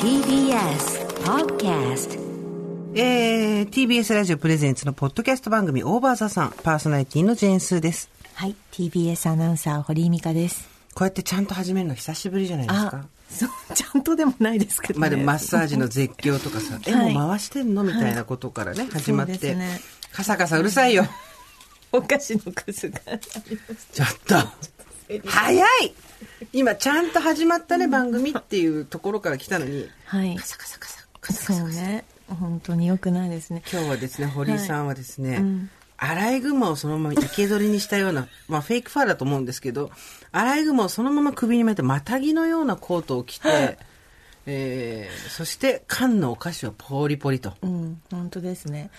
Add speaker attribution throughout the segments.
Speaker 1: TBS Podcast
Speaker 2: えー、TBS ラジオプレゼンツのポッドキャスト番組オーバーザさん、パーソナリティのジェーンスーです。
Speaker 3: はい、TBS アナウンサー堀井美香です。
Speaker 2: こうやってちゃんと始めるの久しぶりじゃないですか。
Speaker 3: そう、ちゃんとでもないですけどね。
Speaker 2: まあでもマッサージの絶叫とかさ、え、
Speaker 3: はい
Speaker 2: もう回してんのみたいなことからね、始まっ
Speaker 3: そうで
Speaker 2: て、
Speaker 3: すね
Speaker 2: カサカサうる さいよ。
Speaker 3: お菓子のくずがあります。
Speaker 2: ちょっと、早い今ちゃんと始まったね、番組っていうところから来たのに、
Speaker 3: はい
Speaker 2: カ。サカサカサ、カサ
Speaker 3: そ
Speaker 2: カサ
Speaker 3: う
Speaker 2: カサ。
Speaker 3: ね。本当に良くないですね。
Speaker 2: 今日はですね、堀井さんはですね、
Speaker 3: はいうん
Speaker 2: アライグマをそのまま生け捕りにしたような、 まあフェイクファーだと思うんですけど、アライグマをそのまま首に巻いて、またぎのようなコートを着て、 えー、そして缶のお菓子をポリポリと。
Speaker 3: うん、本当ですね。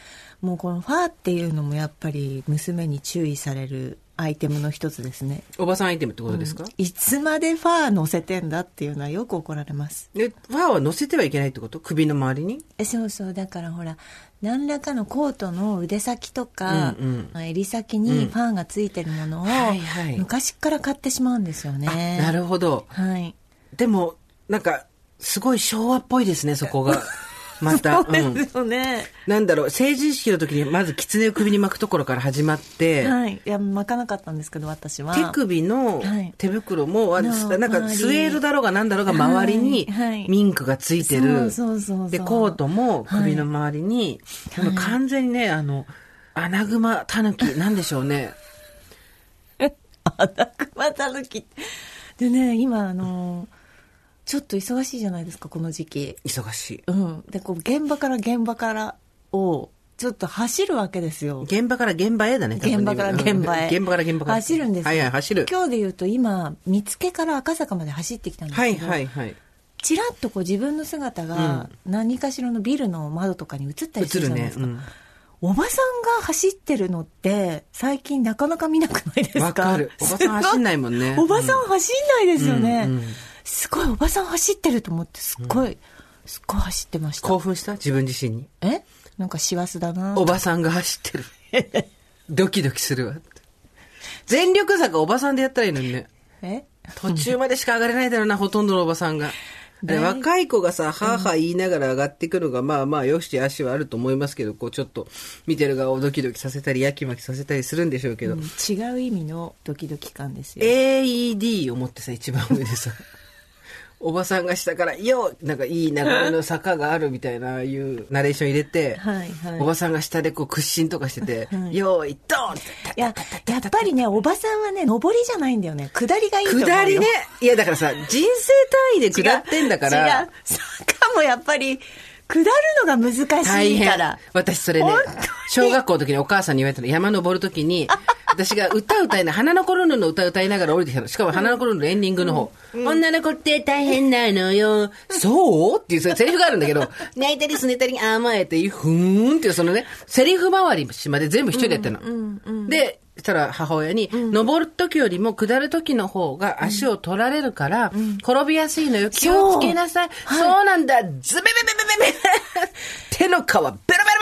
Speaker 3: もうこのファーっていうのもやっぱり娘に注意されるアイテムの一つですね。
Speaker 2: おばさんアイテムってことですか、
Speaker 3: いつまでファー乗せてんだっていうのはよく怒られます。
Speaker 2: で、ファーは乗せてはいけないってこと首の周りに
Speaker 3: えそうそうだからほら何らかのコートの腕先とか、
Speaker 2: うん
Speaker 3: 襟先にファンがついてるものを、
Speaker 2: はいはい
Speaker 3: 昔から買ってしまうんですよね
Speaker 2: なるほど。
Speaker 3: はい
Speaker 2: でも、なんか、すごい昭和っぽいですね、そ こが。また。
Speaker 3: そうですよね、
Speaker 2: なんだろう、成人式の時にまず狐を首に巻くところから始まって、
Speaker 3: はいいや巻かなかったんですけど私は
Speaker 2: 手首の
Speaker 3: はい
Speaker 2: 手袋も、わ
Speaker 3: の周り
Speaker 2: なんかスウェードだろうがなんだろうが周りに
Speaker 3: はいはい
Speaker 2: ミンクがついてる。
Speaker 3: そうそうそうそう
Speaker 2: で、コートも首の周りに、もう完全にね、あの、アナグマ、タヌキ、なんでしょうね。
Speaker 3: アナグマたぬきでね今あのちょっと忙しいじゃないですかこの時期
Speaker 2: 忙しい。
Speaker 3: うんでこう現場から現場からをちょっと走るわけですよ
Speaker 2: 現場から現場へだね、多分ね
Speaker 3: 現場から現場へ。
Speaker 2: うん現場から現場から。
Speaker 3: 走るんですよ
Speaker 2: はいはい、走る。
Speaker 3: 今日で言うと今、見附から赤坂まで走ってきたんです
Speaker 2: は
Speaker 3: け
Speaker 2: い
Speaker 3: ど、
Speaker 2: はいはい。
Speaker 3: ちらっとこう自分の姿が何かしらのビルの窓とかに映ったりす
Speaker 2: 映
Speaker 3: るじ
Speaker 2: る
Speaker 3: ゃない
Speaker 2: ね
Speaker 3: で。すか。おばさんが走ってるのって最近なかなか見なくないです
Speaker 2: うん
Speaker 3: か
Speaker 2: わかる。おばさん走んないもんね。
Speaker 3: おばさん走んないですよね、
Speaker 2: うんうん
Speaker 3: すごいおばさん走ってると思ってすっごい、すっごい走ってました
Speaker 2: 興奮した自分自身に。
Speaker 3: えなんか師走だな
Speaker 2: おばさんが走ってる。 ドキドキするわって。全力坂おばさんでやったらいいのにね。
Speaker 3: え
Speaker 2: 途中までしか上がれないだろうな、ほとんどのおばさんが。で
Speaker 3: ね
Speaker 2: 若い子がさ、はあはあ言いながら上がってくのが、まあまあ、よし足はあると思いますけど、こう、ちょっと、見てる側をドキドキさせたり、やきまきさせたりするんでしょうけど、
Speaker 3: 違う意味のドキドキ感ですよ
Speaker 2: AED を持ってさ、一番上でさ、おばさんが下から、ようなんかいい流れの坂があるみたいな、ああいうナレーション入れて、
Speaker 3: はいはい
Speaker 2: おばさんが下でこう屈伸とかしてて、
Speaker 3: はい
Speaker 2: よーい、ドーンって、
Speaker 3: いや、やっぱりね、おばさんはね、上りじゃないんだよね。下りがいいと思うよ。
Speaker 2: 下りね。いや、だからさ、人生単位で下ってんだから、
Speaker 3: 違う。坂もやっぱり、下るのが難し
Speaker 2: 大
Speaker 3: い
Speaker 2: 変
Speaker 3: から。
Speaker 2: 私それね
Speaker 3: 本当に、
Speaker 2: 小学校の時にお母さんに言われたの、山登る時に、私が歌歌いな、花のコロヌの歌歌いながら降りてきたの。しかも花のコロヌのエンディングの方。女の子って大変なのよ。そうっていうそういうセリフがあるんだけど、泣いたりすねたり甘えて、ふーんっていうそのね、セリフ回りまで全部一人でやってるの。で、したら母親に、登る時よりも下る時の方が足を取られるから、転びやすいのよ。気をつけなさい。そうなんだ。ズベベベベベベ 手の皮、ベロベロベ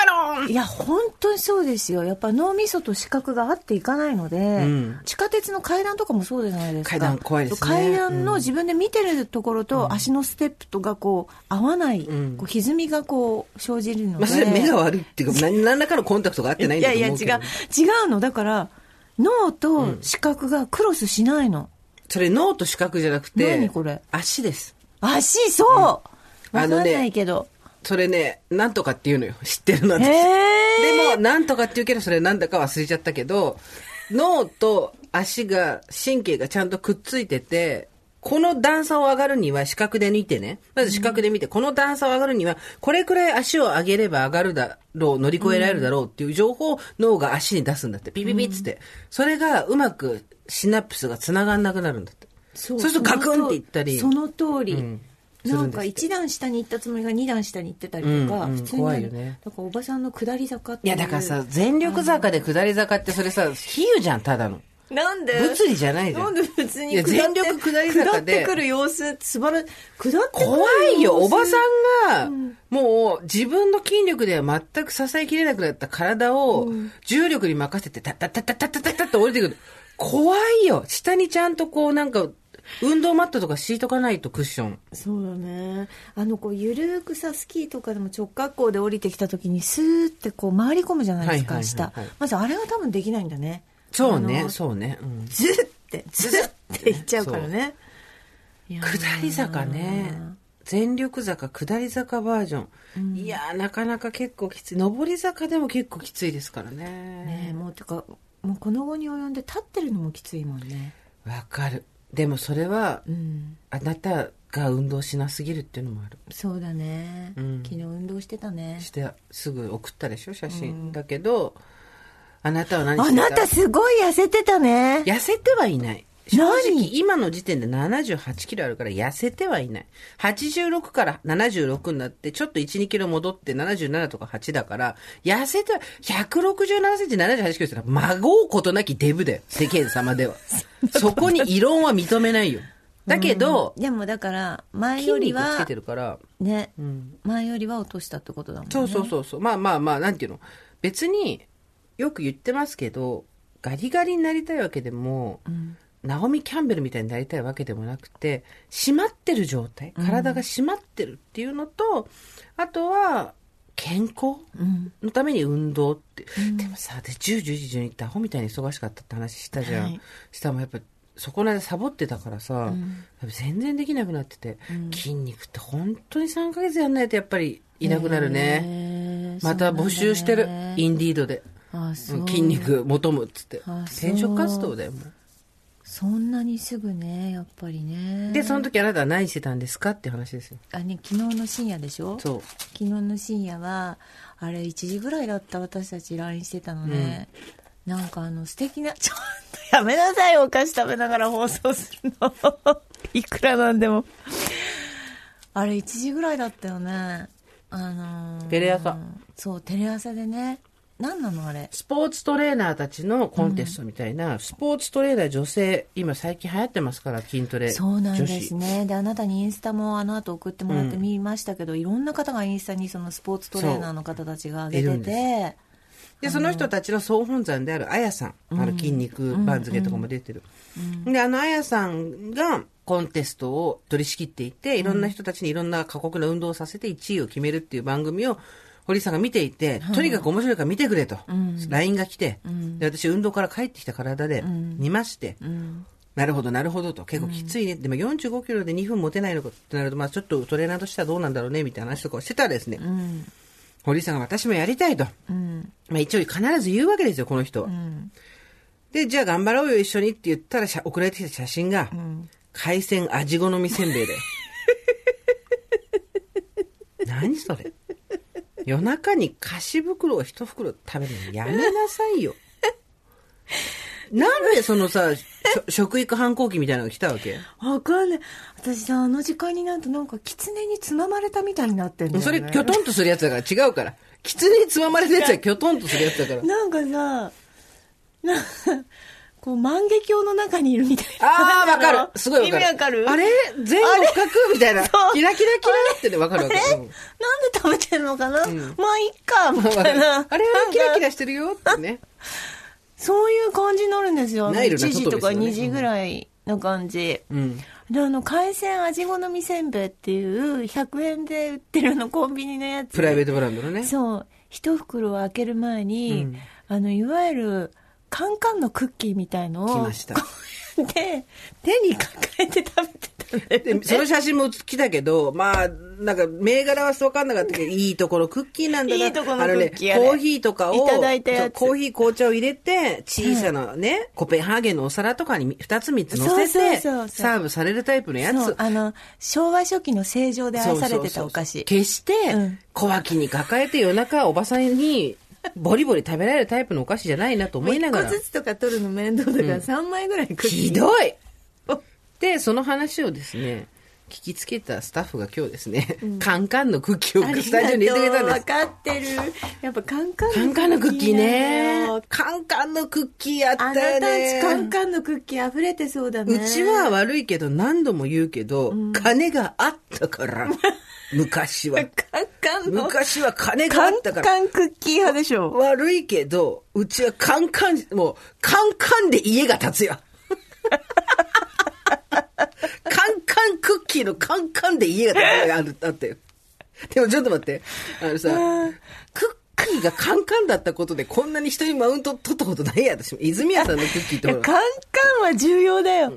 Speaker 2: ロン
Speaker 3: いや、本当にそうですよ。やっぱ脳みそと視覚が合っていかないので、地下鉄の階段とかもそうじゃないですか。
Speaker 2: 階段怖いですね
Speaker 3: 階段の自分で見てるところと足のステップとがこう、合わない、こう歪みがこう、生じるので。
Speaker 2: まあ、それ目が悪いっ ていうか、何何らかのコンタクトが合ってないん
Speaker 3: い
Speaker 2: だ
Speaker 3: や
Speaker 2: と
Speaker 3: いや、違
Speaker 2: 思
Speaker 3: う
Speaker 2: うけど。。
Speaker 3: 違うの。だから、脳と視覚がクロスしないの。
Speaker 2: それ脳と視覚じゃなくて、
Speaker 3: 何これ
Speaker 2: 足です。
Speaker 3: 足、そう、
Speaker 2: うんあ
Speaker 3: わ
Speaker 2: の
Speaker 3: か
Speaker 2: ね
Speaker 3: んないけど。
Speaker 2: それね、なんとかっていうのよ。知ってるの
Speaker 3: へ
Speaker 2: 私。
Speaker 3: え。
Speaker 2: でも、なんとかって言うけど、それなんだか忘れちゃったけど、脳と足が、神経がちゃんとくっついてて、この段差を上がるには視覚で見てね。まず視覚で見て、この段差を上がるには、これくらい足を上げれば上がるだろう、乗り越えられるだろうっていう情報を脳が足に出すんだって。ピピピっつって。それがうまくシナプスが繋がんなくなるんだって。そうするとガクンっていったり。
Speaker 3: その通り。
Speaker 2: うんす
Speaker 3: な
Speaker 2: るん
Speaker 3: ん
Speaker 2: ですって
Speaker 3: か一段下に行ったつもりが二段下に行ってたりとか、
Speaker 2: うんうん
Speaker 3: 普通にある
Speaker 2: 怖いよね
Speaker 3: だからおばさんの下り坂って
Speaker 2: い
Speaker 3: いう
Speaker 2: や、だからさ、全力坂で下り坂ってそれさ、比喩じゃん、ただの。
Speaker 3: なんで
Speaker 2: 物理じゃないじゃん
Speaker 3: なんで別
Speaker 2: い
Speaker 3: に
Speaker 2: や
Speaker 3: 下って
Speaker 2: 全力下り坂で
Speaker 3: 下ってくる様子素晴ら下ってくる
Speaker 2: 怖いよ、おばさ
Speaker 3: ん
Speaker 2: んが、もう自分の筋力では全く支えきれなくなった体を、重力に任せて、タッタッタッタッタッタッタッタッと降りてくる。怖いよ、下にちゃんとこうなんか、運動マットとか敷いとかないとクッション。
Speaker 3: そうだねあのこうゆるーくさスキーとかでも直角行で降りてきた時にスーってこう回り込むじゃないですか、
Speaker 2: はいはいはいはい
Speaker 3: 下まずあれは多分できないんだね
Speaker 2: そう
Speaker 3: あ
Speaker 2: ね、
Speaker 3: の
Speaker 2: そうね。うん
Speaker 3: ズーってズーっていっちゃうからねいやー
Speaker 2: 下り坂ね。全力坂、下り坂バージョン。いやー、なかなか結構きつい。上り坂でも結構きついですから
Speaker 3: ねえ
Speaker 2: ね。
Speaker 3: もうてかもうこの後に及んで立ってるのもきついもんね
Speaker 2: わ、かる。でもそれは、
Speaker 3: うん
Speaker 2: あなたが運動しなすぎるっていうのもある。
Speaker 3: そうだね、
Speaker 2: うん
Speaker 3: 昨日運動してたね
Speaker 2: して、すぐ送ったでしょ、写真。だけど、あなたは何し
Speaker 3: あ
Speaker 2: て
Speaker 3: な
Speaker 2: た
Speaker 3: たすごい痩せてたね
Speaker 2: 痩せてはいない。正直、
Speaker 3: 何
Speaker 2: 今の時点で78キロあるから痩せてはいない。86から76になって、ちょっと1、2キロ戻って77とか8だから、痩せては、167センチ78キロしたら、孫うことなきデブだよ。世間様では。 そこに異論は認めないよ。だけど、
Speaker 3: でもだから前
Speaker 2: 筋
Speaker 3: より
Speaker 2: 肉つけ
Speaker 3: は
Speaker 2: てるから、
Speaker 3: ね、前よりは落としたってことだもんね
Speaker 2: そうそうそうそう。まあまあまあ、なんていうの。別によく言ってますけど、ガリガリになりたいわけでも、ナオミ・キャンベルみたいになりたいわけでもなくて、締まってる状態、体が締まってるっていうのと、あとは、健康のために運動って。でもさ、で、10、11時12ってアホみたいに忙しかったって話したじゃん。
Speaker 3: はい
Speaker 2: したもやっぱ、そこの間サボってたからさ、やっぱ全然できなくなってて、筋肉って本当に3ヶ月やんないとやっぱりいなくなるね。
Speaker 3: ね
Speaker 2: また募集してる、インディードで
Speaker 3: あそう
Speaker 2: うん筋肉求むっつって
Speaker 3: あそう
Speaker 2: 転職活動だよもう
Speaker 3: そんなにすぐねやっぱりね
Speaker 2: でその時あなたは何してたんですかっていう話ですよ
Speaker 3: あね昨日の深夜でしょ
Speaker 2: そう
Speaker 3: 昨日の深夜はあれ1時ぐらいだった私たち LINE してたのね、なんかあの素敵なち ょっとやめなさいお菓子食べながら放送するの いくらなんでもあれ1時ぐらいだったよねあのー
Speaker 2: テレ朝
Speaker 3: そうテレ朝でね何なのあれ
Speaker 2: スポーツトレーナーたちのコンテストみたいな、スポーツトレーナー女性今最近流行ってますから筋トレ
Speaker 3: そうなんで
Speaker 2: 女
Speaker 3: す
Speaker 2: 子
Speaker 3: ねであなたにインスタもあの後送ってもらって見ましたけど、いろんな方がインスタにそのスポーツトレーナーの方たちが上げ
Speaker 2: そうい
Speaker 3: て
Speaker 2: るん
Speaker 3: て
Speaker 2: でその人たちの総本山であるあやさん、あの筋肉番付とかも出てる、であのあやさんがコンテストを取り仕切っていていろんな人たちにいろんな過酷な運動をさせて1位を決めるっていう番組を堀さんが見ていて、とにかく面白いから見てくれと、LINE が来て、で私運動から帰ってきた体で見まして、なるほど、なるほどと、結構きついね、でも45キロで2分持てないのかってなると、まあ、ちょっとトレーナーとしてはどうなんだろうねみたいな話とかをしてたらですね、堀さんが私もやりたいと、まあ、一応必ず言うわけですよ、この人は。で、じゃあ頑張ろうよ、一緒にって言ったらしゃ送られてきた写真が、海鮮味好みせんべいで。何それ夜中に菓子袋を一袋食べるのやめなさいよ。なんでそのさ、しょ食育反抗期みたいなのが来たわけ
Speaker 3: わかんない。私さ、あの時間になるとなんか、狐につままれたみたいになってんだよ、ね。
Speaker 2: それ、きょとんとするやつだから違うから。狐につままれたやつはきょとんとするやつだから。
Speaker 3: なんかさ、なんか、こう、万華鏡の中にいるみたいな。
Speaker 2: ああ、わかる。すごいわかる。
Speaker 3: 意味わかる
Speaker 2: あれ全
Speaker 3: あ
Speaker 2: 部
Speaker 3: れ
Speaker 2: 深くみたいな。キ
Speaker 3: そう
Speaker 2: ラキラキラってね、わかるわか
Speaker 3: あれ
Speaker 2: る。
Speaker 3: な
Speaker 2: うんん
Speaker 3: で食べてんのかな、ま あ、いっか、み
Speaker 2: わか
Speaker 3: たい
Speaker 2: る
Speaker 3: な。
Speaker 2: あれはキラキ
Speaker 3: なんか
Speaker 2: ラしてるよってね。
Speaker 3: そういう感じになるんですよ。あの
Speaker 2: ナイル
Speaker 3: 1
Speaker 2: なトト
Speaker 3: 時
Speaker 2: ロ
Speaker 3: とか
Speaker 2: ですよね
Speaker 3: 2時ぐらいの感じ。
Speaker 2: うん。
Speaker 3: であの海鮮味好みせんべいっていう100円で売ってるあのコンビニのやつ
Speaker 2: プライベートブランドのね。
Speaker 3: そう一袋を開ける前に、あのいわゆるカンカンのクッキーみたいのを
Speaker 2: 来ました
Speaker 3: こうやって手に抱えて食べてたんだよ
Speaker 2: で、その写真も来たけど、まあ、なんか、銘柄は分かんな かったけど、いいところ、クッキーなんだな。
Speaker 3: いいとこの
Speaker 2: あね
Speaker 3: クッキーやね
Speaker 2: コーヒーとかを、
Speaker 3: いただいたやつ
Speaker 2: コーヒー、紅茶を入れて、小さなね、コペンハーゲンのお皿とかに2つ3つ乗せ
Speaker 3: そうそう
Speaker 2: て、
Speaker 3: そうそう
Speaker 2: サーブされるタイプのや
Speaker 3: そう
Speaker 2: つ。
Speaker 3: あの昭和初期の成城で愛され
Speaker 2: そうそう
Speaker 3: て
Speaker 2: そう
Speaker 3: たお菓子
Speaker 2: 決して
Speaker 3: うん
Speaker 2: 小脇に抱えて夜中おばさんにボリボリ食べられるタイプのお菓子じゃないなと思いながら
Speaker 3: もう一つとか取るの面倒だから3枚ぐらいクッキー
Speaker 2: ひどいでその話をですね聞きつけたスタッフが今日ですね、カンカンのクッキーをスタジオに入れてくれたんです
Speaker 3: 分かってるやっぱカンカン
Speaker 2: カンカンのクッキーね
Speaker 3: なんだよ
Speaker 2: カンカンのクッキーやっ
Speaker 3: あな
Speaker 2: たよ
Speaker 3: た
Speaker 2: ね
Speaker 3: ちカンカンのクッキー溢れてそうだね
Speaker 2: うちは悪いけど何度も言うけど、金があったから昔は
Speaker 3: カンカンの
Speaker 2: 昔は金があ
Speaker 3: カ
Speaker 2: っ
Speaker 3: ン
Speaker 2: たから
Speaker 3: カンクッキー派でしょ
Speaker 2: 悪いけど、うちはカンカン、もう、カンカンで家が建つよ。カンクッキーのカンカンで家が高いがあるあったよ。でもちょっと待って。あのさ、クッキーがカンカンだったことでこんなに人にマウント取ったことないや、私も。泉谷さんのクッキー
Speaker 4: い
Speaker 2: と
Speaker 4: や、カンカンは重要だよ。あ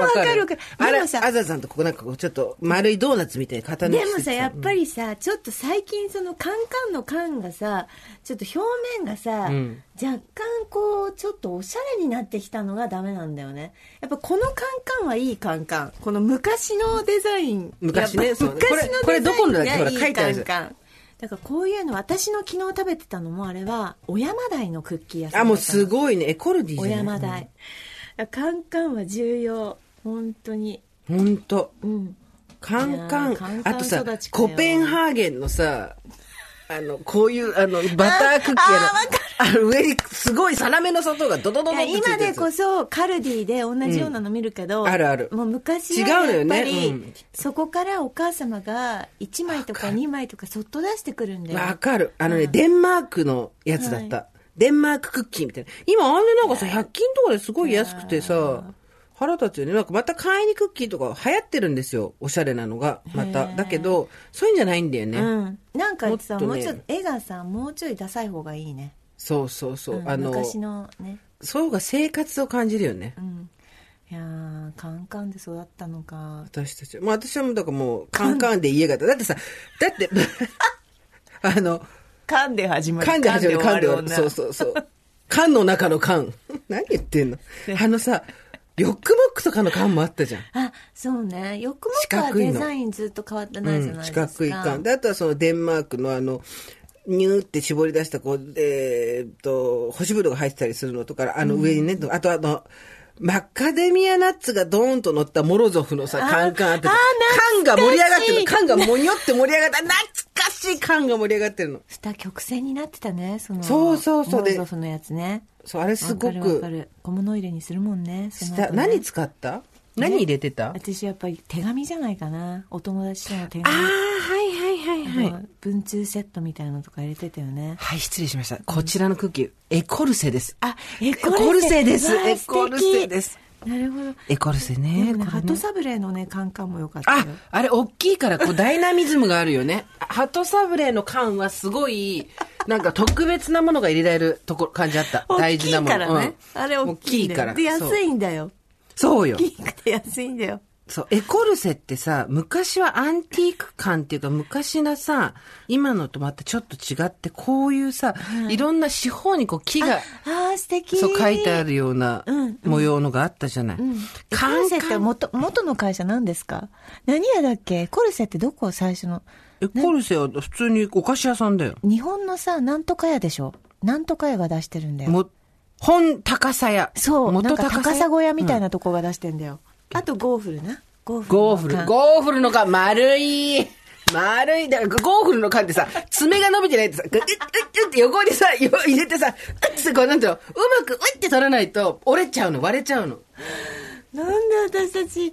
Speaker 4: あ、わかるわかる。
Speaker 2: あ
Speaker 4: で
Speaker 2: れ、
Speaker 4: も
Speaker 2: あ
Speaker 4: さ、
Speaker 2: ざさんとここなんかこうちょっと丸いドーナツみたいな型の
Speaker 3: でもさやっぱりさちょっと最近そのカンカンの缶がさちょっと表面がさ、
Speaker 2: うん
Speaker 3: 若干こうちょっとおしゃれになってきたのがダメなんだよねやっぱこのカンカンはいいカンカンこの昔のデザイン
Speaker 2: 昔ね
Speaker 3: やっぱ
Speaker 2: そうね
Speaker 3: 昔のデザイン
Speaker 2: これこれどこのだっけ
Speaker 3: が
Speaker 2: ほら書いてある
Speaker 3: い
Speaker 2: じゃ
Speaker 3: い
Speaker 2: ん
Speaker 3: カンカンだからこういうの私の昨日食べてたのもあれは小山台のクッキー屋さん
Speaker 2: あ、もう
Speaker 3: ご
Speaker 2: す
Speaker 3: い
Speaker 2: ごいね。エコルディ
Speaker 3: 小
Speaker 2: じゃな
Speaker 3: 山
Speaker 2: い
Speaker 3: 台、カンカンは重要本当に
Speaker 2: ほんと。
Speaker 3: うん
Speaker 2: カンカ
Speaker 3: いやーカン
Speaker 2: ン。
Speaker 3: カン
Speaker 2: あとさ
Speaker 3: 育ち、かよ
Speaker 2: コペンハーゲンのさ、あの、こういう、あの、バタークッキーの、あの、上にすごい皿目の砂糖がドドドドっ
Speaker 3: い
Speaker 2: て
Speaker 3: や
Speaker 2: ついてる
Speaker 3: 今
Speaker 2: やつ
Speaker 3: でこそカルディで同じようなの見るけど、
Speaker 2: うんあるある
Speaker 3: もう昔はやっぱり、
Speaker 2: 違うのよねうん
Speaker 3: そこからお母様が1枚とか2枚とかそっと出してくるんだよ
Speaker 2: わかる。あのね、デンマークのやつだった。デンマーククッキーみたいな。今、あんななんかさ、100均とかですごい安くてさ、腹立つよね。なんかまた簡易にクッキーとか流行ってるんですよ。おしゃれなのが。また。だけど、そういうんじゃないんだよね。
Speaker 3: うん、なんかさも,、
Speaker 2: もっとね
Speaker 3: うちょっと絵がさもうちょいダサい方がいいね、
Speaker 2: そうそうそう。
Speaker 3: うん
Speaker 2: あの、
Speaker 3: 昔のね
Speaker 2: そうが生活を感じるよね。
Speaker 3: うんいやーカンカンで育ったのか
Speaker 2: 私たち。まあ私はもう、だからもう、カンカンで家が、だってさ、だって、 あの、
Speaker 4: 噛んで始まる。
Speaker 2: 噛んで始める、噛んで終わる。
Speaker 4: 女
Speaker 2: そうそうそう。缶の中の缶。 何言ってんのあのさ、ヨックボックスとかの缶もあったじゃん。
Speaker 3: あそうねよくもっ
Speaker 2: 四
Speaker 3: は
Speaker 2: 角い
Speaker 3: デ
Speaker 2: の
Speaker 3: ザインずっと変わってないじゃ
Speaker 2: う、
Speaker 3: なんいです
Speaker 2: 四
Speaker 3: か、
Speaker 2: 角い缶。で、あとはそのデンマークのあの、ニューって絞り出した、こう、えーっと、干しぶどうが入ってたりするのとか、あの上にね、あとあの、マカデミアナッツがドーンと乗ったモロゾフのさ、カンカンあってた缶が盛り上がってるの。缶がもにょって盛り上がった。懐かしい缶が盛り上がってるの。
Speaker 3: 蓋曲線になってたねその
Speaker 2: そうそうそう
Speaker 3: モロ
Speaker 2: で
Speaker 3: ゾフのやつね
Speaker 2: そう、あれすご
Speaker 3: わかるわか
Speaker 2: く、
Speaker 3: る小物入れにするもんねその後
Speaker 2: した
Speaker 3: ね
Speaker 2: 何使った何入れてた
Speaker 3: 私やっぱり手紙じゃないかなお友達との手
Speaker 2: ああ、
Speaker 3: 紙
Speaker 2: はいはいはいはい。
Speaker 3: あの文通セットみたいなのとか入れてたよね
Speaker 2: はい、失礼しました。こちらのクッキー、エコルセです。
Speaker 3: あエコ
Speaker 2: エコルセです
Speaker 3: わあ
Speaker 2: エコルセです
Speaker 3: 素敵なるほど
Speaker 2: エコルセね。
Speaker 3: でもね
Speaker 2: これ
Speaker 3: ハト
Speaker 2: ね
Speaker 3: サブレーのねカンカンも良かったよ
Speaker 2: あ、あれ、大きいから、こう、ダイナミズムがあるよね。 ハトサブレーの缶はすごい、なんか特別なものが入れられるとこ、感じあった。大
Speaker 3: 大
Speaker 2: 事
Speaker 3: き
Speaker 2: ないもの。
Speaker 3: からね、
Speaker 2: うん
Speaker 3: あれ大きいんだよ
Speaker 2: から。
Speaker 3: で安
Speaker 2: そう。
Speaker 3: いんだよ
Speaker 2: そうよ。
Speaker 3: 大きくて安いんだよ
Speaker 2: そう、エコルセってさ、昔はアンティーク感っていうか、昔のさ、今のとまたちょっと違って、こういうさ、いろんな四方にこう木が、
Speaker 3: ああ素敵
Speaker 2: そう書いてあ
Speaker 3: る
Speaker 2: るような
Speaker 3: うんうん
Speaker 2: 模様のがあったじゃない。
Speaker 3: コ
Speaker 2: カ
Speaker 3: ル
Speaker 2: ン
Speaker 3: セっ
Speaker 2: カ
Speaker 3: て
Speaker 2: ン
Speaker 3: 元元の会社何ですか何屋だっけコルセってどこ最初の
Speaker 2: エコルセは普通にお菓子屋さんだよ。
Speaker 3: 日本のさなんとか屋でしょなんとか屋が出してるんだよ
Speaker 2: も、本高さ屋。
Speaker 3: そうなん
Speaker 2: 元
Speaker 3: か高砂屋みたい
Speaker 2: な。
Speaker 3: なとこが出してんだよ、あとゴーフルなゴーフル
Speaker 2: ゴーフ
Speaker 3: の
Speaker 2: ル。
Speaker 3: 缶
Speaker 2: ゴーフルの缶、丸い。丸い。だから、ゴーフルの缶ってさ、爪が伸びてないってさ、ぐっ、うっ、うっって横にさ、よ入れてさ、うっってこう、なんていうの、うまく、うって取らないと、折れちゃうの、割れちゃうの。
Speaker 3: なんで私たち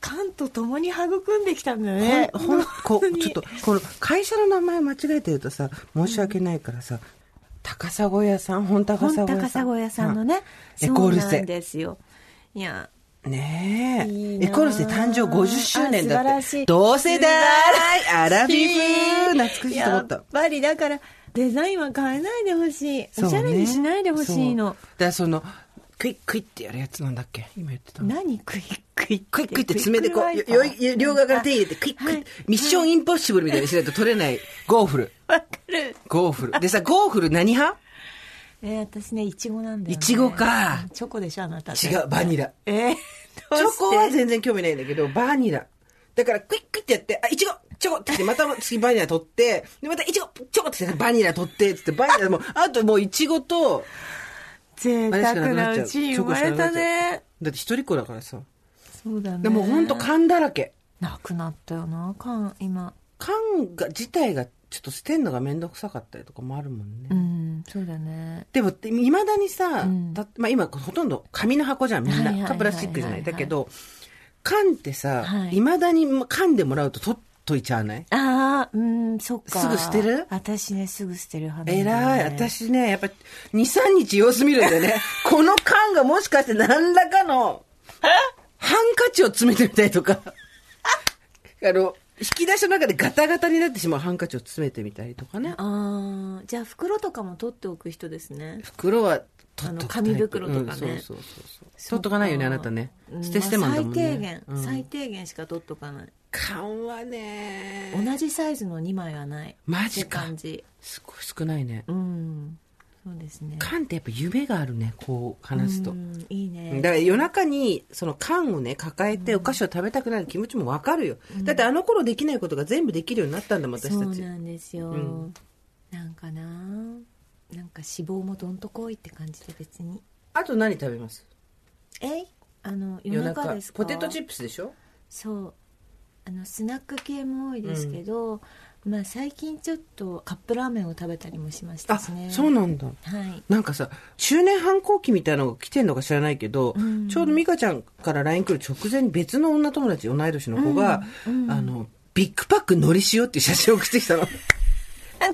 Speaker 3: 缶と共に育んできたんだね
Speaker 2: ほん、こ
Speaker 3: 当
Speaker 2: う、
Speaker 3: に
Speaker 2: ちょっと、この会社の名前間違えてるとさ、申し訳ないからさ、高砂屋さん、本高
Speaker 3: 本
Speaker 2: 砂屋さん。
Speaker 3: 高砂屋さんのね
Speaker 2: うんエコール
Speaker 3: そうなん
Speaker 2: セ。
Speaker 3: ですよいや
Speaker 2: ねえ。
Speaker 3: いいな
Speaker 2: エ
Speaker 3: あ
Speaker 2: コルセ誕生50周年だって。
Speaker 3: あ素晴らしい
Speaker 2: 同世代
Speaker 3: 素
Speaker 2: アラビブ懐かしいと思
Speaker 3: や
Speaker 2: っ。
Speaker 3: ったぱりだからデザインは変えないでほしい、
Speaker 2: そうね
Speaker 3: おしゃれにしないでほしい
Speaker 2: そう
Speaker 3: の
Speaker 2: だからその、クイックイってやるやつなんだっけ今言ってたの。
Speaker 3: 何クイックイッ
Speaker 2: クイックイって爪でこ
Speaker 3: クイッ
Speaker 2: う、
Speaker 3: クワ
Speaker 2: よ
Speaker 3: イパー
Speaker 2: いよい両側から手入れて、クイックイってミッションインポッシブルみたいにしないと取れない。ゴーフル。
Speaker 3: わかる
Speaker 2: ゴーフル。でさ、ゴーフル何派
Speaker 3: えー、私ねいちごなんだよ、ね、
Speaker 2: いちごか
Speaker 3: チョコでしょあなた
Speaker 2: 違う、バニラ。
Speaker 3: えー、どう
Speaker 2: チョ
Speaker 3: して
Speaker 2: コは全然興味ないんだけど、バニラ。だから、クイックイってやって、あ、いちごチョコって来て、また次バニラ取って、で、またいちごチョコって来て、バニラ取って、つって、バニラもう、あともういちごと、
Speaker 3: 贅沢なうちに生まれたね
Speaker 2: だって一人っ子だからさ。
Speaker 3: そうだね
Speaker 2: でもほんと缶だらけ。
Speaker 3: なくなったよな缶今
Speaker 2: 缶が、自体が、ちょっと捨てんのがめんどくさかったりとかもあるもんね。
Speaker 3: うんそうだね
Speaker 2: でも、いまだにさ、
Speaker 3: うん
Speaker 2: だまあ今、ほとんど紙の箱じゃん、みん
Speaker 3: はいはいはい
Speaker 2: な。
Speaker 3: はい
Speaker 2: かプラスチックじゃない。だけど、缶ってさ、
Speaker 3: はい
Speaker 2: いまだに缶でもらうと取っといちゃわない
Speaker 3: ああうんそっか
Speaker 2: すぐ捨てる
Speaker 3: 私ねすぐ捨てる派な
Speaker 2: え
Speaker 3: んだ
Speaker 2: らい。
Speaker 3: よね
Speaker 2: 私ね、やっぱ、2、3日様子見るんだ よね。この缶がもしかして何らかの、ハンカチを詰めてみたりとか。あの、引き出しの中でガタガタになってしまうハンカチを詰めてみたりとかね。
Speaker 3: ああじゃあ袋とかも取っておく人ですね
Speaker 2: 袋は取っとくタイプ
Speaker 3: あの紙袋とかね
Speaker 2: うんそうそうそうそう取っとかないよね、あなたね。捨て捨てマンだもんね。
Speaker 3: 最低限、
Speaker 2: うん
Speaker 3: 最低限しか取っとかない
Speaker 2: 缶はね
Speaker 3: 同じサイズの2枚はない
Speaker 2: マジか
Speaker 3: って感じ
Speaker 2: すごい少ないね
Speaker 3: うんそうですね
Speaker 2: 缶ってやっぱ夢があるねこう話すと、
Speaker 3: うんいいね
Speaker 2: だから夜中にその缶をね抱えてお菓子を食べたくなる気持ちもわかるよ、だってあの頃できないことが全部できるようになったんだもん私
Speaker 3: そう
Speaker 2: たち
Speaker 3: なんですよ、
Speaker 2: ん
Speaker 3: なんかななんか脂肪もどんとこいって感じで別に
Speaker 2: あと何食べます
Speaker 3: えいあの夜中ですか
Speaker 2: ポテトチップスでしょ
Speaker 3: そうあのスナック系も多いですけど、まあ最近ちょっとカップラーメンを食べたりもしました
Speaker 2: あ
Speaker 3: しね
Speaker 2: そうなんだ
Speaker 3: はい
Speaker 2: なんかさ中年反抗期みたいなのが来てんのか知らないけど、ちょうど美香ちゃんから LINE 来る直前に別の女友達同い年の子が、あのビッグパックのり塩っていう写真を送ってき たの。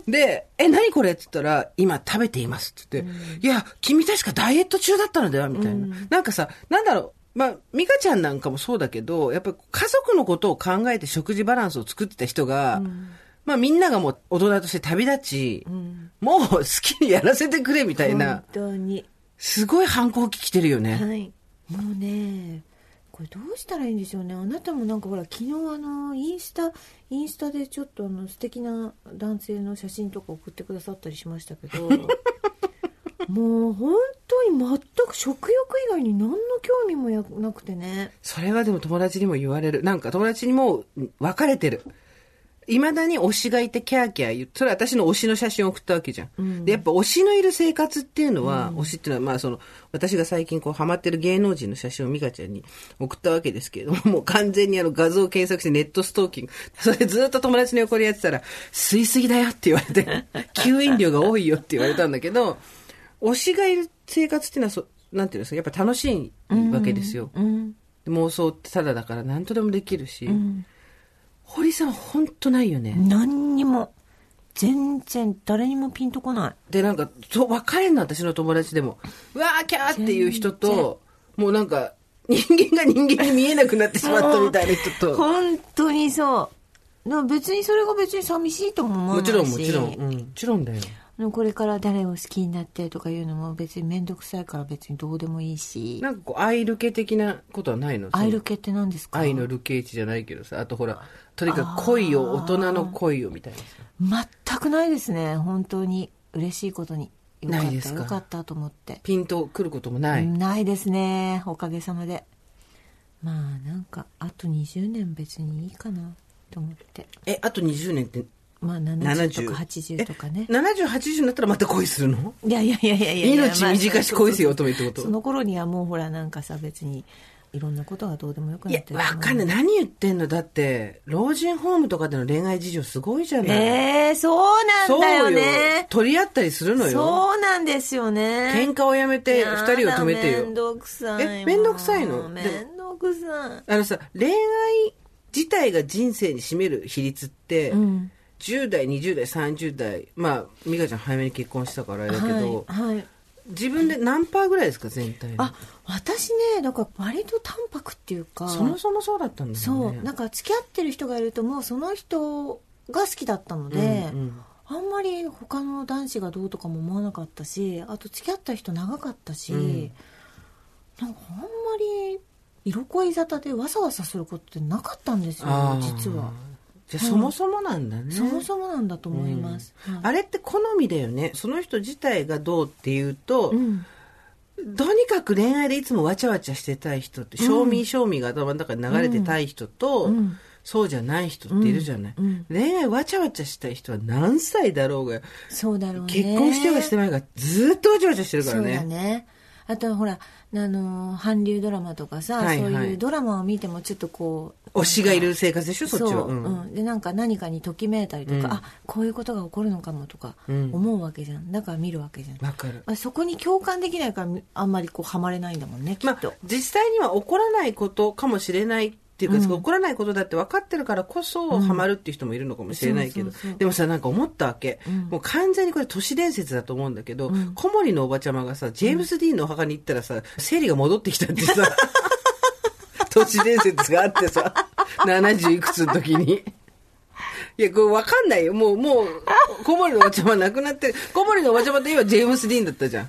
Speaker 2: で、え、何これって言ったら、今食べていますって言って、いや、君確かダイエット中だったのではみたいな。なんかさ、なんだろう、まあ、美香ちゃんなんかもそうだけど、やっぱり家族のことを考えて食事バランスを作ってた人が、まあみんながもう大人として旅立ち、もう好きにやらせてくれみたいな
Speaker 3: 本、当に
Speaker 2: すごい反抗期来てるよね。
Speaker 3: はいもうねこれどうしたらいいんでしょうねあなたもなんかほら昨日あのインスタインスタでちょっとあの素敵な男性の写真とか送ってくださったりしましたけ どもう本当に全く食欲以外に何の興味もやなくてね
Speaker 2: それはでも友達にも言われる。なんか友達にも別れてる。いまだに推しがいてキャーキャー言う。それは私の推しの写真を送ったわけじゃん。で、やっぱ推しのいる生活っていうのは、推しっていうのは、まあその、私が最近こうハマってる芸能人の写真を美香ちゃんに送ったわけですけれども、 もう完全にあの画像を検索してネットストーキング。それずっと友達の横でやってたら、吸いすぎだよって言われて、吸引量が多いよって言われたんだけど、推しがいる生活っていうのはそ、なんていうんですか、やっぱ楽しいわけですよ。
Speaker 3: うん
Speaker 2: 妄想ってただだから何とでもできるし、堀さんほんとないよね、
Speaker 3: 何にも全然誰にもピンとこない
Speaker 2: でなんかそう別れんの私の友達でもうわーキャーっていう人ともうなんか人間が人間に見えなくなってしまったみたいな人 と
Speaker 3: 本当にそうな別にそれが別に寂しいとも思わ
Speaker 2: も
Speaker 3: ない
Speaker 2: ち
Speaker 3: し
Speaker 2: ろんもちろん、うん、もちろんだよ
Speaker 3: んこれから誰を好きになってとかいうのも別に面倒くさいから別にどうでもいいし
Speaker 2: なんかこう愛ルケ的なことはないの
Speaker 3: アイル系って何です
Speaker 2: そ
Speaker 3: か
Speaker 2: の愛のルケーチじゃないけどさあとほらとにかく恋を大人の恋をみたいなさ
Speaker 3: 全くないですね本当に嬉しいことによか
Speaker 2: ない
Speaker 3: っ
Speaker 2: で
Speaker 3: た
Speaker 2: すか
Speaker 3: よかったと思って、
Speaker 2: ピンとくることもない、
Speaker 3: ないですねおかげさまでまあなんかあと20年別にいいかなと思って
Speaker 2: えあと20年って
Speaker 3: まあ70とか80とかね
Speaker 2: 7080になったらまた恋するの
Speaker 3: いやいやいやいやいや
Speaker 2: 命短し恋せよ
Speaker 3: と
Speaker 2: 乙女ってこと
Speaker 3: その頃にはもうほらなんかさ別にいろんなことがどうでもよく
Speaker 2: い
Speaker 3: な
Speaker 2: や
Speaker 3: ってる
Speaker 2: わかんない何言ってんのだって老人ホームとかでの恋愛事情すごいじゃない、
Speaker 3: ええそうなんだよね
Speaker 2: 取り合ったりするの
Speaker 3: そう
Speaker 2: よ
Speaker 3: なんですよね
Speaker 2: 喧嘩をやめて
Speaker 3: や
Speaker 2: 二
Speaker 3: だ
Speaker 2: 人を止めて
Speaker 3: めん
Speaker 2: よ
Speaker 3: どくさい
Speaker 2: えめんどくさいの
Speaker 3: もうめんどくさ
Speaker 2: あのさ恋愛自体が人生に占める比率って、
Speaker 3: いうん
Speaker 2: 10代20代30代まあ美香ちゃん早めに結婚したからあれだけど、
Speaker 3: はい、はい、
Speaker 2: 自分で何パーぐらいですか全体の
Speaker 3: あ私ねだから割と淡白っていうか
Speaker 2: そもそもそうだったんだよ
Speaker 3: そう
Speaker 2: ね
Speaker 3: なんか付き合ってる人がいるともうその人が好きだったので、
Speaker 2: うんうん
Speaker 3: あんまり他の男子がどうとかも思わなかったしあと付き合った人長かったし、
Speaker 2: ん
Speaker 3: なんかあんまり色恋沙汰でわさわさすることってなかったんですよ
Speaker 2: あー
Speaker 3: 実は、
Speaker 2: じゃあそもそもなんだね、
Speaker 3: そもそもなんだと思います、はい
Speaker 2: あれって好みだよねその人自体がどうっていうと、
Speaker 3: うん
Speaker 2: とにかく恋愛でいつもわちゃわちゃしてたい人って賞味賞味が頭の中に流れてたい人と、
Speaker 3: ん
Speaker 2: そうじゃない人っているじゃない、
Speaker 3: うん
Speaker 2: 恋愛わちゃわちゃしたい人は何歳だろうが
Speaker 3: そうだろうね
Speaker 2: 結婚してようがしてないがずっとわちゃわちゃしてるから
Speaker 3: そうだ
Speaker 2: ね
Speaker 3: ねあとはほらあのー韓流ドラマとかさ、
Speaker 2: はいはい
Speaker 3: そういうドラマを見てもちょっとこう
Speaker 2: 推しがいる生活でしょそっちは
Speaker 3: う、うんでなんか何かにときめいたりとか、あこういうことが起こるのかもとか
Speaker 2: うん
Speaker 3: 思うわけじゃんだから見るわけじゃん、
Speaker 2: わかる
Speaker 3: あそこに共感できないからあんまりこうハマれないんだもんねき
Speaker 2: ま
Speaker 3: っと、
Speaker 2: あ、実際には起こらないことかもしれないっていうか、起こらないことだって分かってるからこそ、ハマるっていう人もいるのかもしれないけ
Speaker 3: そ
Speaker 2: ど、
Speaker 3: うそうそう
Speaker 2: でもさなんか思ったわけ、もう完全にこれ都市伝説だと思うんだけど、小森のおばちゃまがさジェームス・ディーンのお墓 に行ったらさ生理が戻ってきたってさ都市伝説があってさ70いくつの時に。いや、これわかんないよ。もう、もう、小森のおばちゃまなくなってる。小森のおばちゃまといえばジェームス・ディーンだったじゃん。